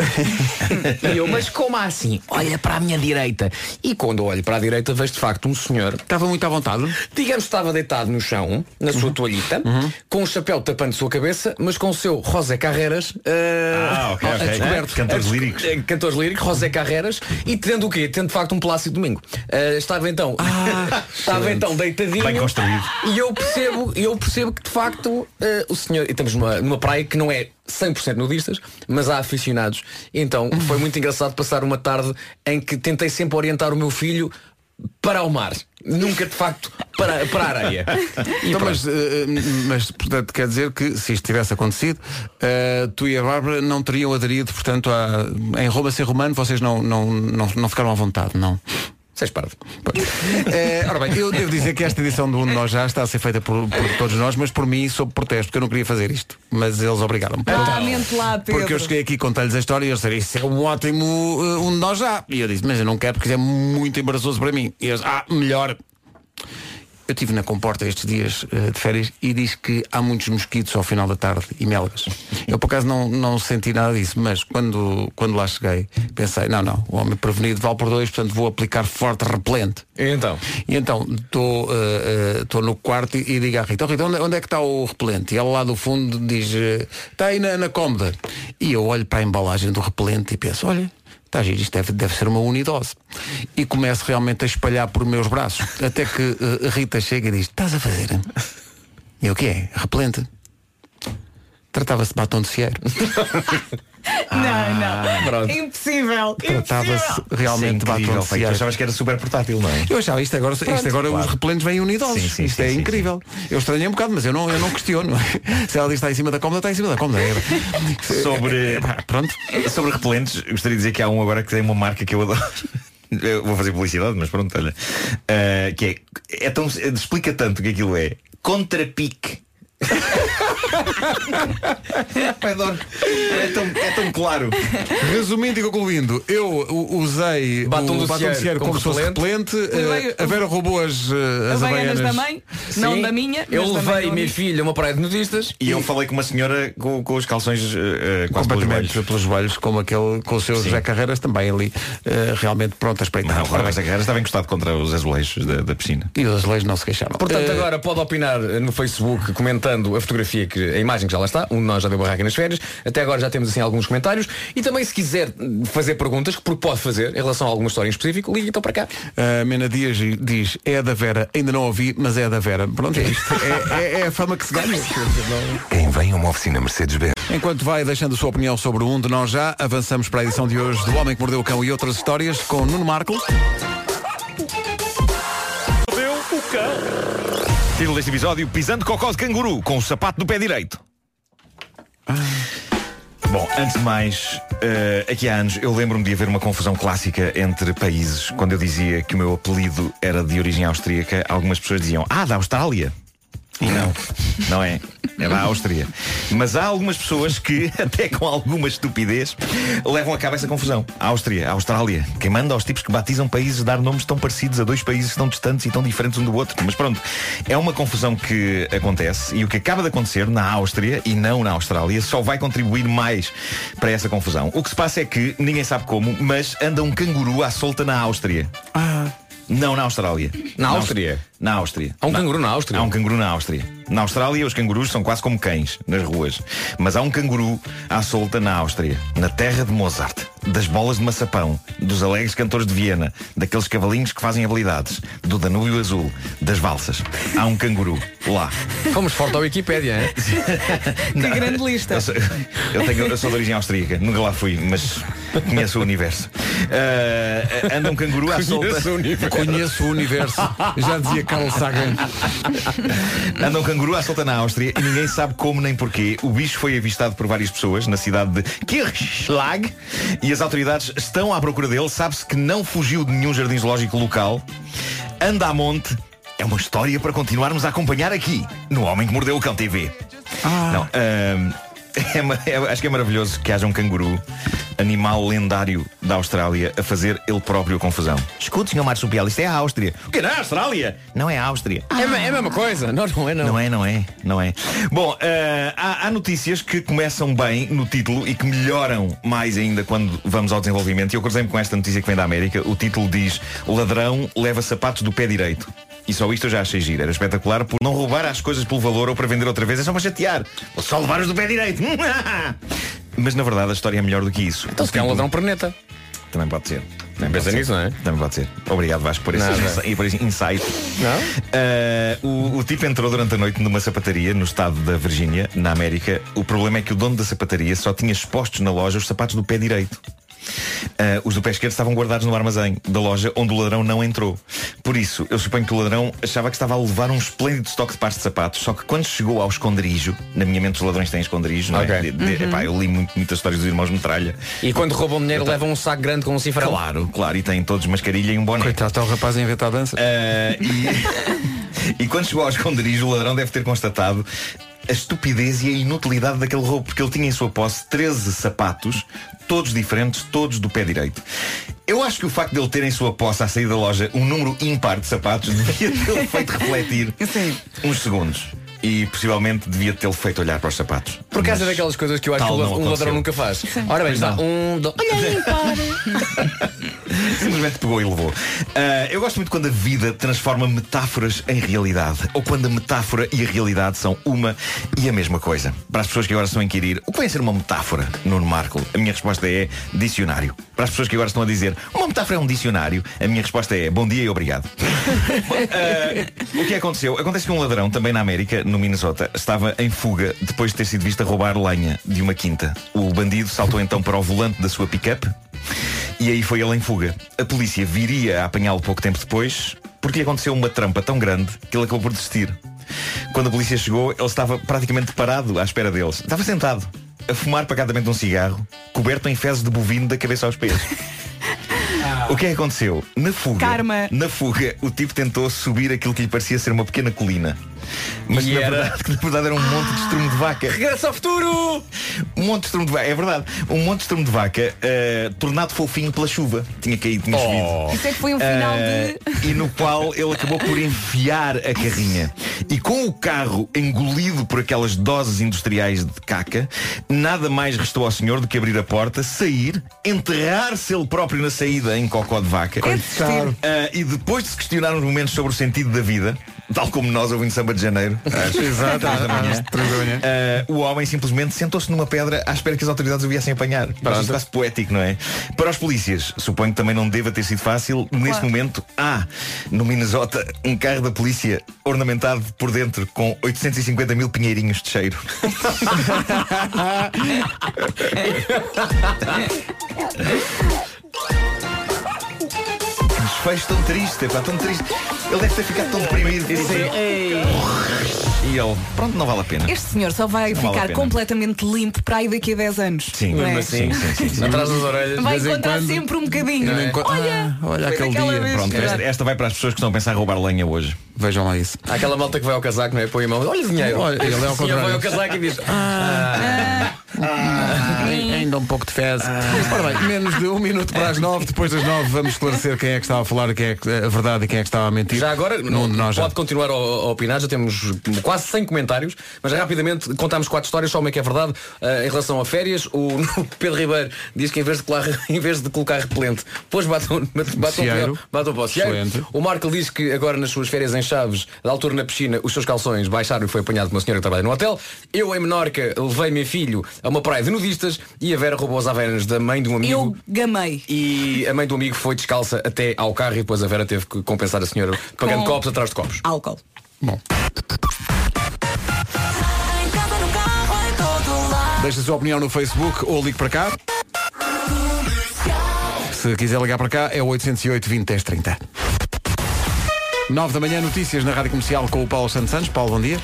[LAUGHS] e eu, mas como assim? Olha para a minha direita. E quando olho para a direita vejo de facto um senhor. Estava muito à vontade. Digamos que estava deitado no chão, na Uhum. sua toalhita, com um chapéu tapando a sua cabeça, mas com o seu José Carreras. eh, Ah, ok, ok. descoberto. Cantores A- líricos. eh, Cantores líricos, José Carreras, e tendo o quê? Tendo de facto um Plácido Domingo. Eh, estava então, [LAUGHS] estava então deitadinho. Ah, Bem construído. E eu percebo, eu percebo que de facto eh, o senhor. E estamos numa, numa praia que não é 100% nudistas, mas há aficionados. Então foi muito engraçado passar uma tarde em que tentei sempre orientar o meu filho para o mar. Nunca de facto para, para a areia. E Então, pronto. mas, eh, mas, portanto, quer dizer que se isto tivesse acontecido, eh, tu e a Bárbara não teriam aderido, portanto, à, em Roma ser romano, vocês não, não, não, não ficaram à vontade, não? Vocês param. Eh, ora bem, eu devo dizer que esta edição do Uno Nós Já está a ser feita por, por todos nós, mas por mim sob protesto, porque eu não queria fazer isto. Mas eles obrigaram-me. Ah, mente lá, Pedro. Então, Porque eu cheguei aqui contei-lhes a história e eles disseram, isso é um ótimo uh, um de nós já. E eu disse, mas eu não quero porque é muito embaraçoso para mim. E eles, ah, melhor. Eu estive na comporta estes dias uh, de férias e diz que há muitos mosquitos ao final da tarde e melgas. Eu por acaso não, não senti nada disso, mas quando, quando lá cheguei pensei, não, não, o homem prevenido vale por dois, portanto vou aplicar forte repelente. E então? E então estou eh, eh, estou no quarto e, e digo à Rita, "Oh, Rita, onde, onde é que está o repelente? E ela lá do "Tá fundo diz, eh, está aí na, na cómoda. E eu olho para a embalagem do repelente e penso, olha, Está giro, isto deve, deve ser uma unidose. E começo realmente a espalhar por meus braços. Até que eh, a Rita chega e diz, estás a fazer? E eu, o que é? Repelente? Tratava-se de batom de cieiro. não, Ah, não. pronto. Impossível. Tratava-se realmente de batom de é Incrível, tu cieiro. achavas que era super [LAUGHS] portátil, não é? Eu achava isto agora, isto Pronto. agora Claro. os repelentes vêm unidosos. Sim, sim, isto sim, é sim, incrível. Eu estranhei um bocado, mas eu não, eu não questiono. [LAUGHS] Se ela diz que está em cima da cómoda, está em cima da cómoda. É- Ah, Sobre, pronto. [LAUGHS] sobre repelentes, gostaria de dizer que há um agora que tem uma marca que eu adoro. [LAUGHS] Eu vou fazer publicidade, mas pronto, olha. Ah, que é, é tão, explica tanto o que aquilo é. Contrapique. [LAUGHS] Eu adoro. É tão, é tão claro. Resumindo e concluindo, eu u- usei Batom o do batom de Cieiro cieiro como, como se fosse repelente. repelente. eh, a Vera roubou as, eh, as Havaianas havaianas. da mãe, não da minha. Eu mas da mãe levei da minha minha. filha a uma praia de nudistas E eu falei com uma senhora com, com os calções eh, eh, quase pelos joelhos. Completamente pelos joelhos, como aquele com o seu José Carreiras também ali, eh, realmente pronto a espreitar. Não, agora mas a carreira estava encostado contra os azulejos da, da piscina. E os leis não se queixaram. Portanto, Eh, agora pode opinar eh, no Facebook comentando a fotografia, que, a imagem que já lá está. Um de nós já deu barraca nas férias. Até agora já temos assim alguns comentários. E também se quiser hum, fazer perguntas, que porque pode fazer em relação a alguma história em específico, liga então para cá. A Mena Dias diz, é da Vera, ainda não ouvi, mas é da Vera. Pronto, é isto. É, é- é a fama que se ganha. Quem vem a uma oficina Mercedes-Benz. Enquanto vai deixando a sua opinião sobre um de nós já, avançamos para a edição de hoje do Homem que Mordeu o Cão e outras histórias com Nuno Marco. é Deu o Título deste episódio, pisando cocó de canguru com o sapato do pé direito. Bom, antes de mais, eh, aqui há anos eu lembro-me de haver uma confusão clássica entre países. Quando eu dizia que o meu apelido era de origem austríaca, algumas pessoas diziam, ah, da Austrália. E não, não é. É da Áustria. Mas há algumas pessoas que, [LAUGHS] até com alguma estupidez, levam a cabo essa confusão. A Áustria, a Austrália. Quem manda aos tipos que batizam países dar nomes tão parecidos a dois países tão distantes e tão diferentes um do outro. Mas pronto, é uma confusão que acontece e o que acaba de acontecer na Áustria e não na Austrália só vai contribuir mais para essa confusão. O que se passa é que, ninguém sabe como, mas anda um canguru à solta na Áustria. Não na Austrália. Ah. Na Áustria? Na Áustria. Há um Na- canguru na Áustria? Há um canguru na Áustria. Na Austrália, os cangurus são quase como cães nas ruas. Mas há um canguru à solta na Áustria, na terra de Mozart, das bolas de maçapão, dos alegres cantores de Viena, daqueles cavalinhos que fazem habilidades, do Danúbio Azul, das valsas. Há um canguru lá. Fomos forte à Wikipédia, hein? que grande lista. Eu sou, eu tenho- eu sou de origem austríaca, nunca lá fui, mas conheço o universo. Ah, anda um canguru à solta. Conheço o universo. Conheço o universo. Já dizia Carl Sagan. Anda um canguru à solta na Áustria e ninguém sabe como nem porquê. O bicho foi avistado por várias pessoas na cidade de Kirchschlag e as autoridades estão à procura dele. Sabe-se que não fugiu de nenhum jardim zoológico local. Anda a monte. É uma história para continuarmos a acompanhar aqui no Homem que Mordeu o Cão TV. Não, ahm, [LAUGHS] é ma- é- acho que é maravilhoso que haja um canguru, animal lendário da Austrália, a fazer ele próprio confusão. Escute, senhor Marsupial, isto é a Áustria. O que não é a Austrália? Não é a Áustria. É, a- é a mesma coisa. Não, não é, não. Não é, não é, não é. Bom, eh, há, há notícias que começam bem no título e que melhoram mais ainda quando vamos ao desenvolvimento. E eu cruzei-me com esta notícia que vem da América. O título diz Ladrão leva sapatos do pé direito. E só isto eu já achei giro. Era espetacular por não roubar as coisas pelo valor ou para vender outra vez. É só para chatear. Vou só levar os do pé direito. [LAUGHS] Mas na verdade a história é melhor do que isso. Então se quer um ladrão perneta. Também pode ser. Também Pensa pode ser. nisso, não é? Também pode ser. Obrigado, Vasco, por esse, Nada. insi- e por esse insight. Ah, o, o tipo entrou durante a noite numa sapataria no estado da Virgínia, na América. O problema é que o dono da sapataria só tinha expostos na loja os sapatos do pé direito. Ah, os do pé esquerdo estavam guardados no armazém da loja onde o ladrão não entrou. Por isso, eu suponho que o ladrão achava que estava a levar um esplêndido estoque de pares de sapatos, só que quando chegou ao esconderijo, na minha mente os ladrões têm esconderijo, não é? Ok. De- de- Uhum. epá, eu li muito, muitas histórias dos irmãos Metralha. E quando roubam dinheiro levam um saco grande com um cifrão. Claro, claro, e têm todos mascarilha e um boné. Eh, Coitado, está o rapaz a inventar dança. e, [LAUGHS] e quando chegou ao esconderijo, o ladrão deve ter constatado a estupidez e a inutilidade daquele roubo, porque ele tinha em sua posse 13 sapatos, todos diferentes, todos do pé direito. Eu acho que o facto de ele ter em sua posse à saída da loja um número ímpar de sapatos [LAUGHS] devia tê-lo feito refletir uns segundos. E possivelmente devia tê-lo feito olhar para os sapatos. Por acaso é daquelas coisas que eu acho que tal um não la- um ladrão aconteceu. nunca faz. Ora bem, está um. do- Olha aí, para. Simplesmente pegou e levou. Ah, eu gosto muito quando a vida transforma metáforas em realidade. Ou quando a metáfora e a realidade são uma e a mesma coisa. Para as pessoas que agora estão a inquirir, o que vem ser uma metáfora, Nuno Marco? A minha resposta é dicionário. Para as pessoas que agora estão a dizer, uma metáfora é um dicionário, a minha resposta é bom dia e obrigado. O que aconteceu? Acontece que um ladrão, também na América, no Minnesota, estava em fuga depois de ter sido visto a roubar lenha de uma quinta. O bandido saltou então para o volante da sua pick-up e aí foi ele em fuga. A polícia viria a apanhá-lo pouco tempo depois porque lhe aconteceu uma trampa tão grande que ele acabou por desistir. Quando a polícia chegou, ele estava praticamente parado à espera deles. Estava sentado, a fumar pacatamente um cigarro, coberto em fezes de bovino da cabeça aos pés. O que é que aconteceu? Na fuga, na fuga, o tipo tentou subir aquilo que lhe parecia ser uma pequena colina. Mas que na, verdade, [LAUGHS] que na verdade era um monte de estrume de vaca. Regresso ao futuro! Um monte de estrume de vaca, é verdade. Um monte de estrume de vaca eh, tornado fofinho pela chuva. Tinha caído, tinha chovido. Isso é que foi um final Eh, E no qual ele acabou por enfiar a carrinha. E com o carro engolido por aquelas doses industriais de caca, nada mais restou ao senhor do que abrir a porta, sair, enterrar-se ele próprio na saída em cocó de vaca. Coitado. [LAUGHS] Ah, e depois de se questionar uns momentos sobre o sentido da vida, tal como nós ouvindo samba de [LAUGHS] janeiro, às Exato, três da às manhã, três da manhã. ah, o homem simplesmente sentou-se numa pedra à espera que as autoridades o viessem apanhar. Mas isto quase poético, não é? Para os polícias, suponho que também não deva ter sido fácil. Nesse momento, há, no Minnesota, um carro da polícia ornamentado por dentro com 850 mil pinheirinhos de cheiro. é Desfecho tão triste, pá, tão triste. Ele deve ter ficado tão deprimido. que Sim. disse, E ele, pronto, não vale a pena. Este senhor só vai Não vale a ficar pena. completamente limpo para aí daqui a 10 anos. Sim, não é? mesmo assim, sim, sim, sim. Atrás das orelhas, Vai de vez em encontrar quando. sempre um bocadinho. Não é? Olha, Olha foi daquela vez. Pronto, É esta, esta vai para as pessoas que estão a pensar em roubar lenha hoje. Vejam lá isso. Há aquela malta que vai ao casaco, não é? Põe a mão, olha o dinheiro. Olha, ele é Ah. ao O senhor contrário. vai ao casaco e diz. Ainda um pouco de fezes. Ora bem, menos de um minuto para as nove, depois das nove vamos esclarecer quem é que estava a falar, quem é que- a verdade e quem é que estava a mentir. Já agora, Não, não, Hum, nós já. pode continuar a, a opinar, já temos quase 100 comentários, mas rapidamente contámos quatro histórias, só uma que é verdade. Ah, em relação a férias, o [LAUGHS] Pedro Ribeiro diz que em vez de, colar, [LAUGHS] em vez de colocar repelente, um, pôs batom, batom, Cieiro. batom para o um cieiro. Excelente. O Marco diz que agora nas suas férias em Chaves, da altura na piscina, os seus calções baixaram e foi apanhado por uma senhora que trabalha no hotel. Eu em Menorca levei meu filho a uma praia de nudistas e a Vera roubou as avenas da mãe de um amigo. Eu gamei. E a mãe do amigo foi descalça até ao carro e depois a Vera teve que compensar a senhora pagando Com- copos atrás de copos. Álcool. Deixa a sua opinião no Facebook ou ligue para cá. Se quiser ligar para cá é o 808 20 10 30. 9 da manhã, notícias na Rádio Comercial com o Paulo Santos Santos. Paulo, bom dia.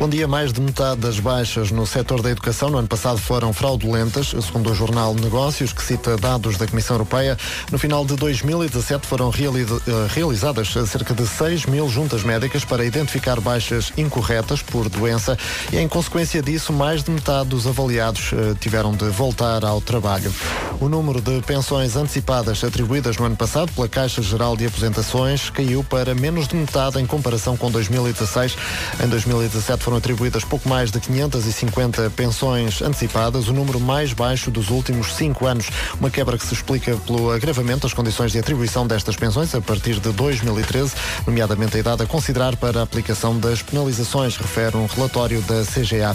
Bom Um dia, mais de metade das baixas no setor da educação no ano passado foram fraudulentas, segundo o jornal Negócios, que cita dados da Comissão Europeia. No final de 2017 foram reali- eh, realizadas cerca de 6 mil juntas médicas para identificar baixas incorretas por doença e, em consequência disso, mais de metade dos avaliados eh, tiveram de voltar ao trabalho. O número de pensões antecipadas atribuídas no ano passado pela Caixa Geral de Aposentações caiu para menos de metade em comparação com 2016. Em 2017 foram atribuídas pouco mais de 550 pensões antecipadas, o número mais baixo dos últimos cinco anos. Uma quebra que se explica pelo agravamento das condições de atribuição destas pensões a partir de 2013, nomeadamente a idade a considerar para a aplicação das penalizações, refere um relatório da CGA.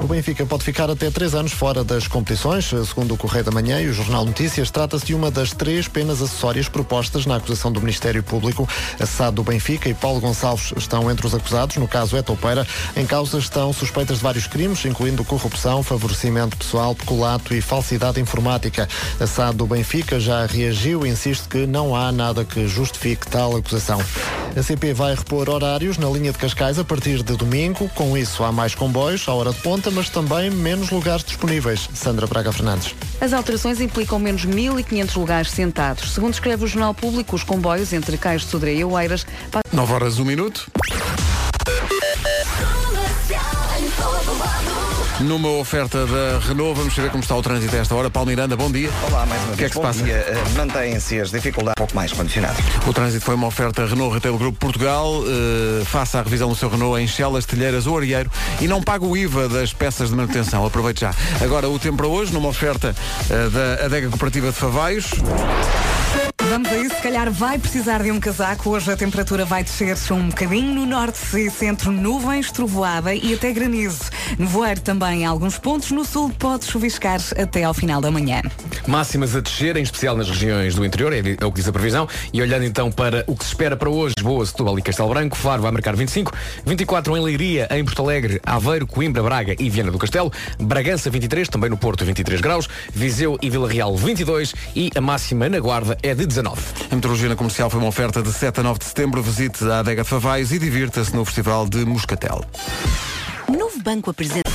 O Benfica pode ficar até três anos fora das competições, segundo o Correio da Manhã e o Jornal Notícias. Trata-se de uma das três penas acessórias propostas na acusação do Ministério Público. A SAD do Benfica e Paulo Gonçalves estão entre os acusados, no caso é Topeira. Em causa estão suspeitas de vários crimes, incluindo corrupção, favorecimento pessoal, peculato e falsidade informática. A SAD do Benfica já reagiu e insiste que não há nada que justifique tal acusação. A CP vai repor horários na linha de Cascais a partir de domingo. Com isso, há mais comboios à hora de ponta, mas também menos lugares disponíveis. Sandra Braga Fernandes. As alterações implicam menos 1.500 lugares sentados. Segundo escreve o Jornal Público, os comboios entre Cais de Sodré e Oeiras... pa- 9 horas, 1 minuto. numa oferta da Renault. Vamos saber como está o trânsito a esta hora. Paulo Miranda, bom dia. Olá, mais uma vez. O que é que se bom passa? dia. Eh, Mantêm-se as dificuldades um pouco mais condicionadas. O trânsito foi uma oferta Renault Retail Grupo Portugal. Eh, faça a revisão do seu Renault em Chelas, Telheiras ou Arieiro e não paga o IVA das peças de manutenção. Aproveite já. Agora o tempo para hoje, numa oferta eh, da Adega Cooperativa de Favaios. Vamos a isso, se calhar vai precisar de um casaco. Hoje a temperatura vai descer um bocadinho no norte e centro, nuvens, trovoada e até granizo. Nevoeiro também em alguns pontos, no sul pode chuviscar até ao final da manhã. Máximas a descer, em especial nas regiões do interior, é é o que diz a previsão. E olhando então para o que se espera para hoje, Boa, Setúbal e Castelo Branco, Faro vai marcar 25, 24 em Leiria, em Porto Alegre, Aveiro, Coimbra, Braga e Viana do Castelo, Bragança 23, também no Porto 23 graus, Viseu e Vila Real 22 e a máxima na Guarda é de 19. A meteorologia na comercial foi uma oferta de 7 a 9 de setembro. Visite a Adega de Favais e divirta-se no Festival de Moscatel. Novo banco apresenta.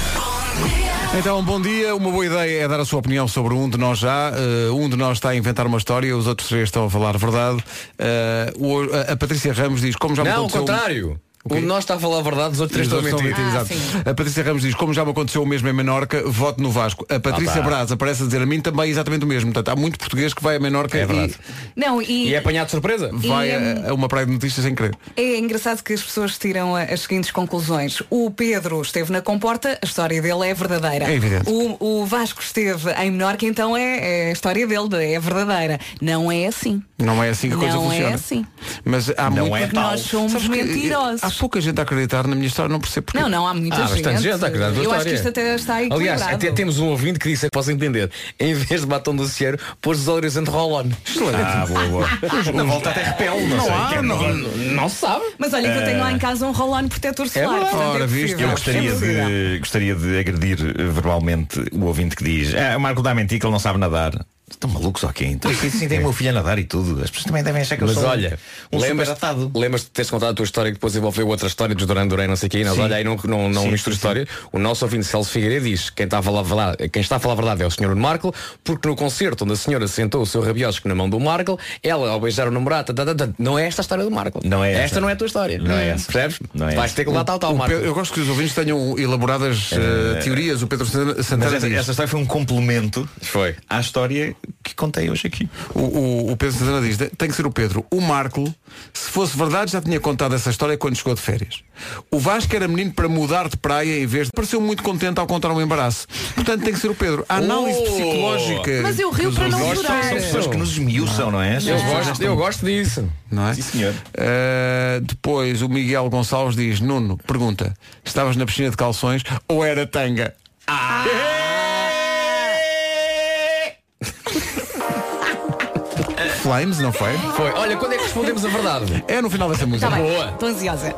Então, bom dia. Uma boa ideia é dar a sua opinião sobre um de nós já. Eh, um de nós está a inventar uma história, os outros três estão a falar verdade. Eh, o- a- a Patrícia Ramos diz, como já me Não, ao aconteceu... um contrário. Um de nós está a falar a verdade, os outros três Os estão a outros mentir. estão a mentir, exato. A Patrícia Ramos diz, como já me aconteceu o mesmo em Menorca, voto no Vasco. A Patrícia Ah, tá. Braz aparece a dizer a mim também é exatamente o mesmo. Portanto, há muito português que vai a Menorca e, Não, e, é apanhado de surpresa? Vai E, hum, a, a uma praia de notícias sem querer. É engraçado que as pessoas tiram a- as seguintes conclusões. O Pedro esteve na comporta, a história dele é verdadeira. É evidente. O, o Vasco esteve em Menorca, então é, é a história dele, é verdadeira. Não é assim. Não é assim que a coisa Não é funciona. assim. Mas há Não muito... é tal. Nós somos Sabes que, eh, mentirosos. Há pouca gente a acreditar na minha história, não percebo porquê. Não, não, há muita Há bastante gente a acreditar na tua Eu acho que história. isto até está equilibrado. Aliás, até temos um ouvinte que disse que posso entender. Em vez de batom do cieiro, pôs desodorizante roll-on. Excelente. Ah, boa, boa. [LAUGHS] Na volta até repele, não sei, é há, quem não, não- não se sabe. Mas olha que eu tenho lá em Eh, casa um rolão protetor solar. portanto, é possível. Eu gostaria É possível. de, gostaria de agredir eh, verbalmente o ouvinte que diz ah, o Marco dá a mentir que ele não sabe nadar. Estão malucos ou quem? Então, assim, tem o meu filho a nadar e tudo. As pessoas também devem achar que eu Mas sou um- olha, um lembras, super atado. lembras de teres contado a tua história que depois envolveu outra história dos Duran Duran, não sei o quê, mas Sim. olha aí não, não, não Sim, mistura sim, história. O nosso ouvinte Celso Figueiredo diz quem está, a falar, verdade- quem está a falar a verdade é o Sr. Markle, porque no concerto onde a senhora sentou o seu rabiosco na mão do Markle, ela ao beijar o namorado, tá, tá, tá, não é esta a história do Markle. Não é esta. essa. não é a tua história. Não é essa. Percebes? Não é Vais essa. ter que lá tal, tal, O Markle. Pedro- eu gosto que os ouvintes tenham elaboradas eh, Eh, teorias. O Pedro Santana Mas Santana essa, diz. essa história foi um complemento foi. à história que contei hoje aqui. O, o- o Pedro Santana diz, tem que ser o Pedro. O Marco, se fosse verdade, já tinha contado essa história quando chegou de férias. O Vasco era menino para mudar de praia em vez de. Pareceu muito contente ao contar um embaraço. Portanto, tem que ser o Pedro. A análise Oh! psicológica. Mas eu rio dos para não ouvintes- chorar. São pessoas que nos esmiuçam, não é? Essas Eu pessoas já gosto, estão- eu gosto disso. Não é? Eh, depois o Miguel Gonçalves diz, Nuno, pergunta, estavas na piscina de calções ou era tanga? Ah! Ah! [LAUGHS] Flames, não foi? Foi. Olha, quando é que respondemos a verdade? É no final dessa música. Tá bem, Boa. estou ansiosa.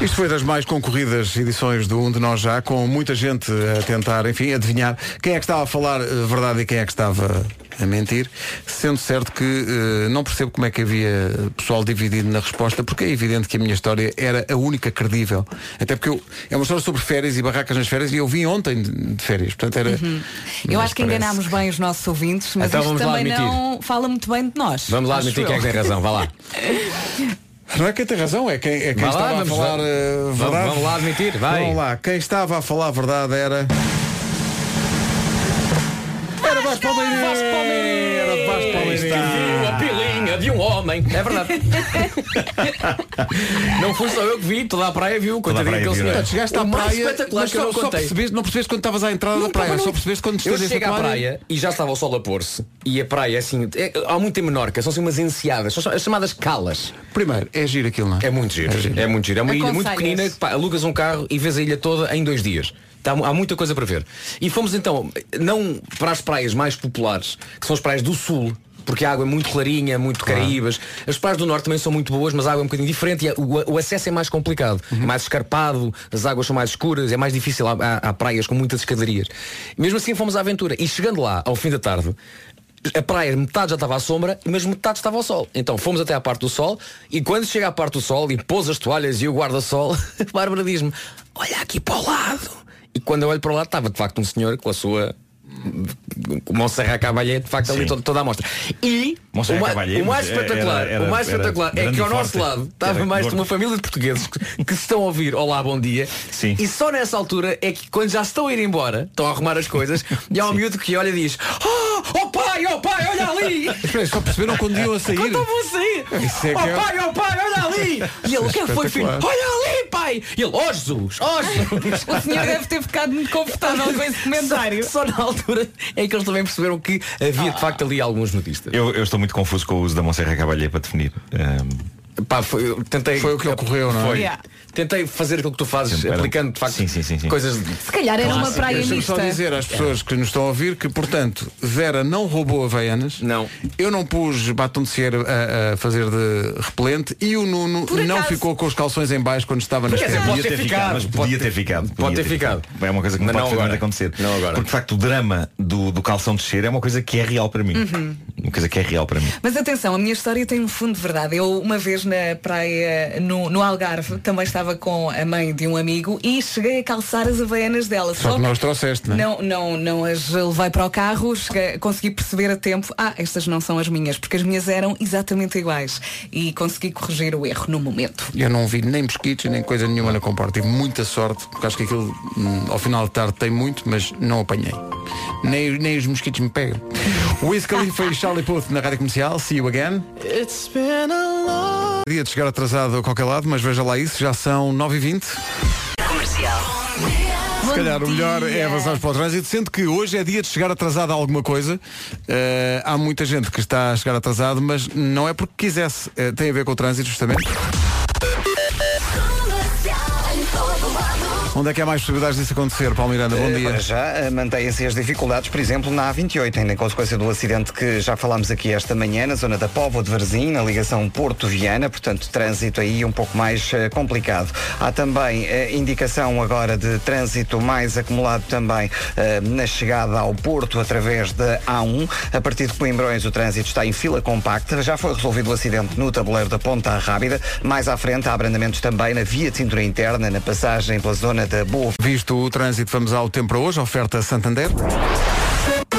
Isto foi das mais concorridas edições do Um de Nós Já, com muita gente a tentar, enfim, adivinhar quem é que estava a falar eh, verdade e quem é que estava a mentir, sendo certo que eh, não percebo como é que havia pessoal dividido na resposta, porque é evidente que a minha história era a única credível. Até porque eu, é uma história sobre férias e barracas nas férias e eu vim ontem de de férias, portanto era... Uhum. Eu Mas acho parece- que enganámos bem os nossos ouvintes, mas Então isto vamos lá também admitir. não fala muito bem de nós. Vamos lá Acho admitir eu. quem é que Tem razão, vá lá. Não é quem tem razão, é quem, é quem Vá lá, estava a vamos falar lá. eh, Vamos- verdade. vamos lá admitir, vai. Vamos lá, quem estava a falar a verdade era. Era Vasco Palmeirinho! Era Vasco Viu a pilinha de um homem. É verdade. [LAUGHS] não fui só eu que vi, toda a praia viu. Toda a Coitadinho praia viu, aquele senhor. não é? Chegaste à O mais praia, espetacular mas que eu só- não só contei. percebeste- não percebeste quando estavas à entrada da praia, só percebeste quando Eu descendeste chego da à praia. praia e já estava o sol a pôr-se. E a praia, assim, é- há muito em Menorca, são assim umas enseadas, são as chamadas calas. Primeiro, é giro aquilo, não é? É muito giro, é, muito giro. É uma ilha muito Aconselhas. pequenina, que, pá, alugas um carro e vês a ilha toda em dois dias. Tá- há muita coisa para ver. E fomos então, não para as praias mais populares, que são as praias do sul, porque a água é muito clarinha, muito Caraíbas. As praias do norte também são muito boas, mas a água é um bocadinho diferente e a- o, o acesso é mais complicado. É mais escarpado, as águas são mais escuras, é mais difícil. Há, há- há praias com muitas escadarias. Mesmo assim fomos à aventura. E chegando lá, ao fim da tarde, a praia metade já estava à sombra, mas metade estava ao sol. Então fomos até à parte do sol e quando chega à parte do sol e pôs as toalhas e o guarda-sol, [LAUGHS] a Bárbara diz-me, olha aqui para o lado. E quando eu olho para o lado estava de facto um senhor com a sua Monserrat Cavalho é de facto ali Sim. toda, toda a amostra. E Monserrat o, ma- Cavalheiro, o mais mas era- espetacular, era- o mais era espetacular é grande que ao e nosso forte. lado estava Era mais de gordo. uma família de portugueses que, que se estão a ouvir Olá, bom dia. E só nessa altura é que quando já se estão a ir embora, estão a arrumar [LAUGHS] as coisas, e há um miúdo que olha e diz Oh, oh pai, oh pai, olha [LAUGHS] ali! Espera, só perceberam quando iam a sair? Quando eu vou sair? Isso é que oh é- pai, oh pai, olha ali! E Isso é ele, o que é que foi filho? espetacular. Olha ali, pai! E ele, oh Jesus, oh Jesus! [LAUGHS] O senhor deve ter ficado muito confortável com esse comentário. Só na altura é que eles também perceberam que havia de facto ali alguns nudistas. Eu, eu estou muito confuso com o uso da Monserrat Cavalheiro para definir. ehm, Ahm, Pá, foi, eu tentei, Foi o que ocorreu, não é? Foi. Yeah. Tentei fazer aquilo que tu fazes, Sim, era- aplicando de facto coisas de- Se calhar era uma Clássicas. praia Deixa-me só mista. dizer às pessoas que nos estão a ouvir que, portanto, Vera não roubou Havaianas. Não. Eu não pus batom de cera a, a fazer de repelente e o Nuno Por não acaso- ficou com os calções em baixo quando estava nas Mas pernas. podia ter ficado, mas podia ter ficado. Podia ter ficado. É uma coisa que não, Mas pode não não agora. acontecer. Porque de facto o drama do, do calção de cheiro é uma coisa que é real para mim. Uhum. Uma coisa que é real para mim. Mas atenção, a minha história tem um fundo de verdade. Eu uma vez na praia, no, no Algarve, também estava com a mãe de um amigo e cheguei a calçar as havaianas dela. Só que nós trouxeste, não é? Não, não, não as levei para o carro, cheguei- consegui perceber a tempo, ah, estas não são as minhas, porque as minhas eram exatamente iguais. E consegui corrigir o erro no momento. Eu não vi nem mosquitos, nem coisa nenhuma na comporta. Tive muita sorte, porque acho que aquilo hum, ao final de tarde tem muito, mas não apanhei. Nem, nem os mosquitos me pegam. Wiz Khalifa e Charlie Puth na Rádio Comercial. See you again. It's been a long Dia de chegar atrasado a qualquer lado, mas veja lá isso, já são 9h20. comercial. Se calhar o melhor é avançarmos para o trânsito, sendo que hoje é dia de chegar atrasado a alguma coisa. Eh, há muita gente que está a chegar atrasado, mas não é porque quisesse. Eh, tem a ver com o trânsito, justamente. Onde é que há mais possibilidades disso acontecer, Paulo Miranda? Bom Eh, dia. Para já eh, mantêm-se as dificuldades, por exemplo, na A28, ainda em consequência do acidente que já falámos aqui esta manhã, na zona da Póvoa de Varzim, na ligação Porto-Viana, portanto, trânsito aí um pouco mais eh, complicado. Há também eh, indicação agora de trânsito mais acumulado também eh, na chegada ao Porto através da A1. A partir de Coimbrões o trânsito está em fila compacta, já foi resolvido o acidente no tabuleiro da Ponta Rábida, mais à frente há abrandamentos também na via de cintura interna, na passagem pela zona da Boa Visto o trânsito, vamos ao tempo para hoje, oferta Santander.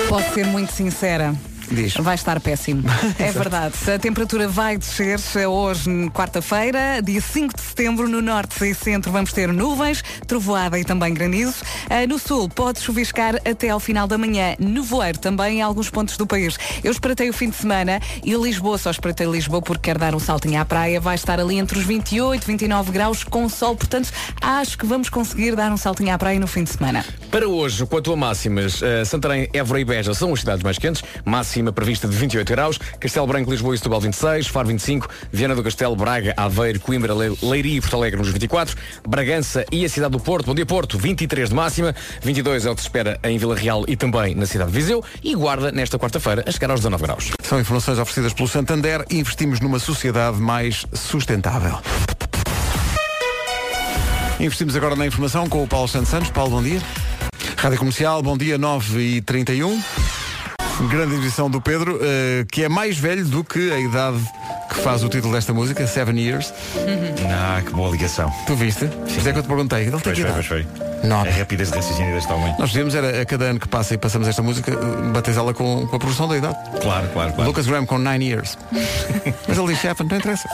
Posso ser muito sincera. Diz. Vai [LAUGHS] estar péssimo. é verdade. A temperatura vai descer hoje, quarta-feira, dia 5 de setembro, no norte e centro vamos ter nuvens, trovoada e também granizo. Ah, No sul pode chuviscar até ao final da manhã, nevoeiro também em alguns pontos do país. Eu espreitei o fim de semana e Lisboa, só espreitei Lisboa porque quero dar um saltinho à praia, vai estar ali entre os 28, 29 graus com sol, portanto acho que vamos conseguir dar um saltinho à praia no fim de semana. Para hoje, quanto a máximas, eh, Santarém, Évora e Beja são as cidades mais quentes. Máxima prevista de 28 graus. Castelo Branco, Lisboa e Setúbal 26. Faro 25. Viana do Castelo, Braga, Aveiro, Coimbra, Le- Leiria e Porto Alegre nos 24. Bragança e a cidade do Porto. Bom dia, Porto. 23 de máxima. 22 é o que se espera em Vila Real e também na cidade de Viseu. E Guarda, nesta quarta-feira, a chegar aos 19 graus. São informações oferecidas pelo Santander. Investimos numa sociedade mais sustentável. Investimos agora na informação com o Paulo Santos Santos. Paulo, bom dia. Rádio Comercial, bom dia, 9 e 31 Grande edição do Pedro, eh, que é mais velho do que a idade que faz o título desta música, Seven Years. Uhum. Ah, que boa ligação. Tu viste? Isto é que eu te perguntei. Ele tem Pois que foi, idade? pois foi. Nove. A rapidez de raciocínio deste homem. Nós fizemos, era a cada ano que passa e passamos esta música, eh, batizá-la com, com a produção da idade. Claro, claro, claro. Lucas Graham com 9 years. Mas ele diz Seven, não interessa.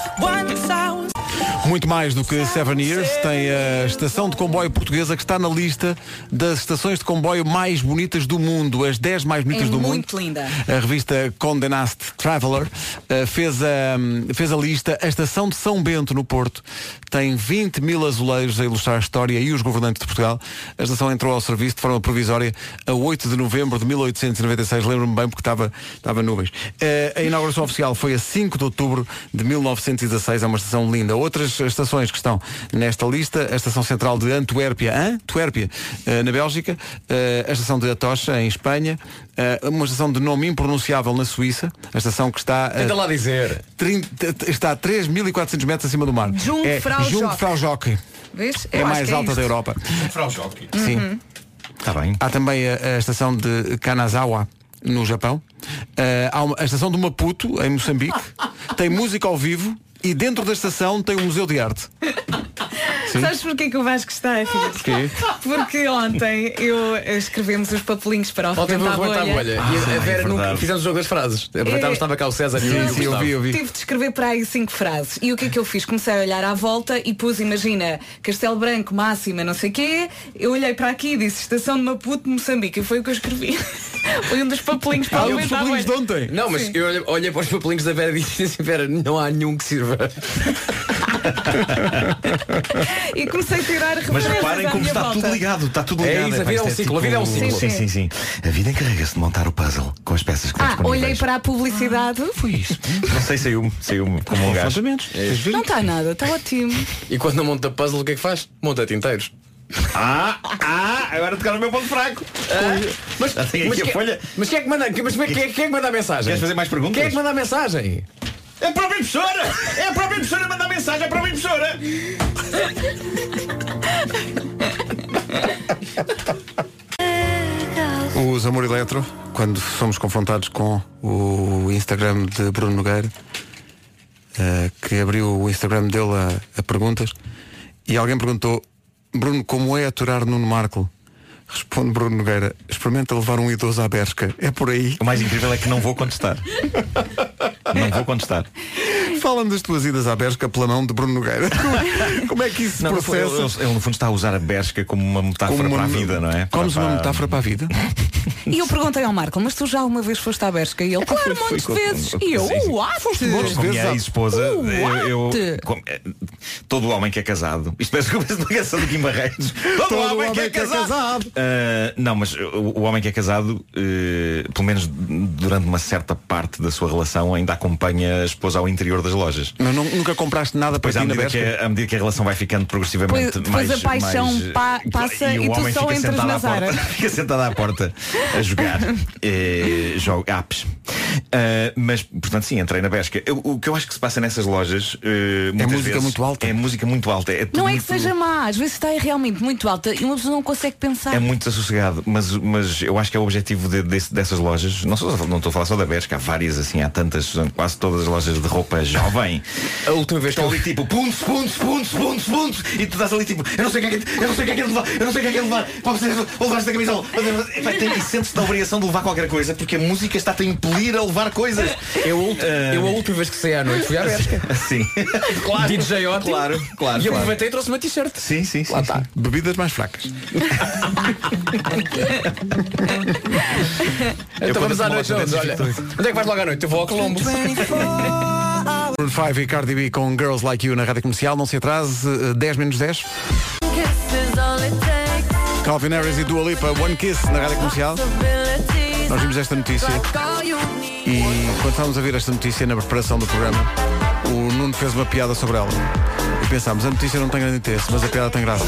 Muito mais do que Seven Years, tem a estação de comboio portuguesa que está na lista das estações de comboio mais bonitas do mundo, as 10 mais bonitas é do mundo. muito linda. A revista Condé Nast Traveler eh, fez a, hum, fez a lista. A estação de São Bento, no Porto, tem 20 mil azulejos a ilustrar a história e os governantes de Portugal. A estação entrou ao serviço de forma provisória a 8 de novembro de 1896. Lembro-me bem porque estava, estava nuvens. Eh, a inauguração oficial foi a 5 de outubro de 1916. É uma estação linda. Outras estações que estão nesta lista, a estação central de Antuérpia, Antuérpia eh, na Bélgica, eh, a estação de Atocha, em Espanha, eh, uma estação de nome impronunciável na Suíça, a estação que está a Tenta lá dizer. 30 t- está a 3.400 metros acima do mar. é Jungfraujoch. Jungfraujoch. Vês? É Eu acho mais que alta isto. da Europa. Jungfraujoch. Sim. Uhum. Está Tá bem. Há também a, a estação de Kanazawa, no Japão. Eh, há uma- a estação do Maputo, em [LAUGHS] Moçambique. Tem música ao vivo e dentro da estação tem um museu de arte. Sim. Sabes porquê que o Vasco está a Porquê? Porque ontem eu eh, escrevemos os papelinhos para o Ontem vamos Rebenta levantar a bolha. É. Ah, e a é Vera nunca verdade. fizemos o jogo das frases. Aproveitámos, estava cá o César e o Gustavo. Tive de escrever para aí cinco frases. E o que é que eu fiz? Comecei a olhar à volta e pus, imagina, Castelo Branco, Máxima, não sei quê. Eu olhei para aqui e disse Estação de Maputo, Moçambique. E foi o que eu escrevi. [LAUGHS] foi um dos papelinhos para o Rebenta à Bolha. ontem. Não, mas Sim. eu olhei, olhei para os papelinhos da Vera e disse assim, Vera, não há nenhum que sirva. E comecei a tirar Mas referências reparem à como minha está volta. tudo ligado, está tudo É ligado. isso, a pá, vida é isto um ciclo, a vida é tipo- um ciclo. Sim, sim, sim. A vida encarrega-se de montar o puzzle com as peças que Ah, estão olhei disponíveis. para a publicidade. Foi isso. Não sei, saiu-me saiu como [LAUGHS] um gajo. Não está nada, está ótimo. E quando não monta puzzle, o que é que faz? Monta tinteiros. Ah, ah, agora tocaram o meu ponto fraco. mas, Já tenho mas aqui a que- folha. mas quem é que manda, mas como é que- quem, é que manda a mensagem? Queres fazer mais perguntas? Quem é que manda a mensagem? É a própria impressora! É a própria impressora a mandar mensagem à própria impressora! Os Amor Eletro, quando somos confrontados com o Instagram de Bruno Nogueira, eh, que abriu o Instagram dele a, a perguntas, e alguém perguntou, Bruno, como é aturar Nuno Marco? Responde Bruno Nogueira, experimenta levar um idoso à berca. É por aí. O mais incrível é que não vou contestar. Não vou contestar. Fala-me das tuas idas à berca pela mão de Bruno Nogueira. [LAUGHS] Como, como é que isso se Não, no fundo, processa? ele, ele- ele, no fundo está a usar a Bershka como uma metáfora Como uma- para a vida, não é? Comes Para- uma para- metáfora para a vida? E eu perguntei ao Marco, mas tu já alguma vez foste à Bershka? E ele, claro, um monte de Foi- vezes. foi- E eu, sim, sim. what? Com a minha ex-esposa, eu, eu- what? com- eh, todo homem que é casado, isto parece que eu penso na ligação do Kim Barreiros, [LAUGHS] todo, homem, que é casado. Ah, não, mas o, o homem que é casado, eh, pelo menos durante uma certa parte da sua relação, ainda acompanha a esposa ao interior das lojas. Mas não- nunca compraste nada para Pois ti à na medida, berca? que a, à medida que a relação vai ficando progressivamente é? Pois- mais. depois a paixão mais, eh, pa- passa e o tu homem só fica entras sentado na à porta- Zara. [LAUGHS] Fica sentado à porta [LAUGHS] a jogar eh, jogo, apps. Ah, mas, portanto, sim, entrei na pesca. Eu- o que eu acho que se passa nessas lojas eh, muitas música vezes, muito alta. É música muito alta. É tudo Não é que muito- seja má, às vezes está realmente muito alta e uma pessoa não consegue pensar. É muito desassossegado, mas, mas eu acho que é o objetivo de- desse- dessas lojas. Não, sou, não estou a falar só da Bershka, há várias assim, há tantas, quase todas as lojas de roupa jovem. A última vez Estão ali tipo, puntos, puntos, puntos, puntos, puntos, e tu estás ali tipo, eu não sei o que é que eu não sei o que é que é de levar, eu não sei o que é que é de levar, vou precisar- vou levar esta camisola. Vai, tem, e sentes-te na obrigação de levar qualquer coisa, porque a música está-te a impelir a levar coisas. Eu, eu a última vez que saí à noite fui à Bershka. [LAUGHS] Sim. [LAUGHS] Claro. DJ ótimo. Claro, claro, E claro. aproveitei e trouxe uma t-shirt. Sim, sim, sim. Lá está. Bebidas mais fracas. Então quando vamos à tomo noite. lojas Onde, olha, dessas, onde é que vais logo à noite? Eu vou ao Colombo. Maroon 5 e Cardi B com Girls Like You na rádio comercial. Não se atrase, eh, 10 menos 10. Calvin Harris e Dua Lipa, One Kiss na rádio comercial. Nós vimos esta notícia e quando estávamos a ver esta notícia na preparação do programa, o Nuno fez uma piada sobre ela. E pensámos, a notícia não tem grande interesse, mas a piada tem graça.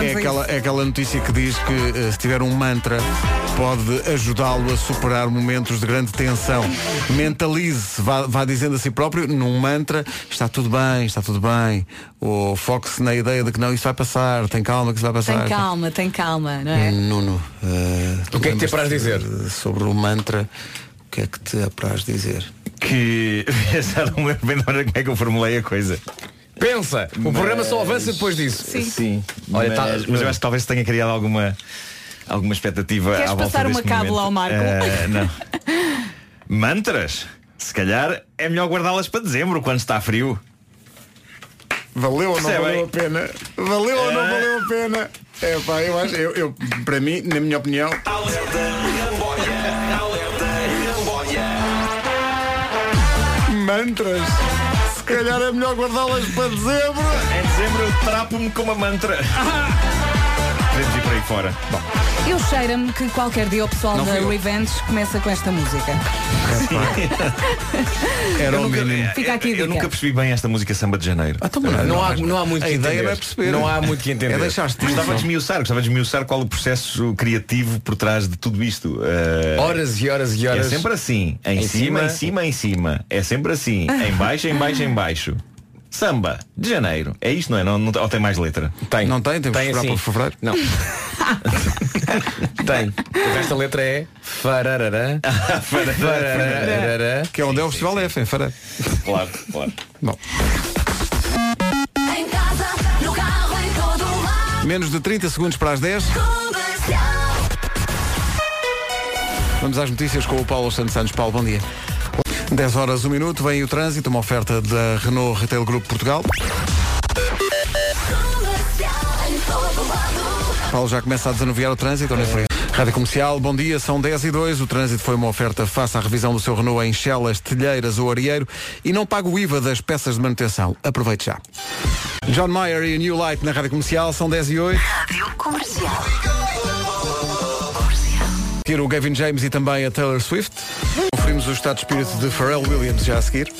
É a aquela, é aquela notícia que diz que eh, se tiver um mantra pode ajudá-lo a superar momentos de grande tensão. Mentalize-se, vá, vá dizendo a si próprio num mantra, está tudo bem, está tudo bem. Ou foque-se na ideia de que não, isso vai passar, tem calma que isso vai passar. Tem calma, tem calma, não Hum. é? Nuno, eh, O que é que lembras-te te apraz dizer? de- Sobre o mantra, o que é que te apraz dizer? Que [LAUGHS] já não me lembro bem de hora como é que eu formulei a coisa. Pensa, o Mas- programa só avança depois disso. Sim. Olha, mas, tá- É mas eu acho que talvez tenha criado alguma, alguma expectativa Queres à volta passar uma deste cábula momento. ao Marco? Eh, não. Mantras? Se calhar é melhor guardá-las para dezembro, quando está frio. Valeu ou não Percebem? valeu a pena? Valeu ou não valeu a pena? É pá, eu acho, eu, eu- para mim, na minha opinião, mantras. Se calhar é melhor guardá-las para dezembro. Em dezembro eu trapo-me com uma mantra. [LAUGHS] Podemos ir por aí fora. Bom, Eu cheira-me que qualquer dia o pessoal Não da fui eu. Revenge começa com esta música. Era o eu, eh, mínimo. Fica aqui a eu dica. Ah, então nunca percebi bem esta música samba de janeiro. Não há, não há muito A que ideia entender. não é perceber. Não há muito que entender. É deixar-te Gostava de disso. esmiuçar, gostava de esmiuçar qual o processo criativo por trás de tudo isto. Eh, Horas e horas e horas. É sempre assim. Em, Em cima, cima. Ah. em cima, em cima. É sempre assim. Em baixo, em baixo, em baixo. Samba, de janeiro. É isto, não é? Não, não- ou tem [LAUGHS] mais letra? Tem. Não tem? Temos que esperar assim. para fevereiro? Não. tem. Esta letra é fararará. fararará. Que é onde é o Festival F, em Fará. Claro, claro. Bom, Em casa, no carro, Menos de 30 segundos para as 10. Vamos às notícias com o Paulo Santos Santos. Paulo, bom dia. 10 horas, 1 minuto, vem o trânsito, uma oferta da Renault Retail Group Portugal. Paulo já começa a desanuviar o trânsito, ou nem por isso? Rádio Comercial, bom dia, são 10 e 2. O trânsito foi uma oferta face à revisão do seu Renault em Chelas, Telheiras ou Arieiro e não paga o IVA das peças de manutenção. Aproveite já. John Mayer e a New Light na Rádio Comercial, são 10 e 8. Comercial. Tira o Gavin James e também a Taylor Swift. Conferimos o estado de espírito de Pharrell Williams já a seguir.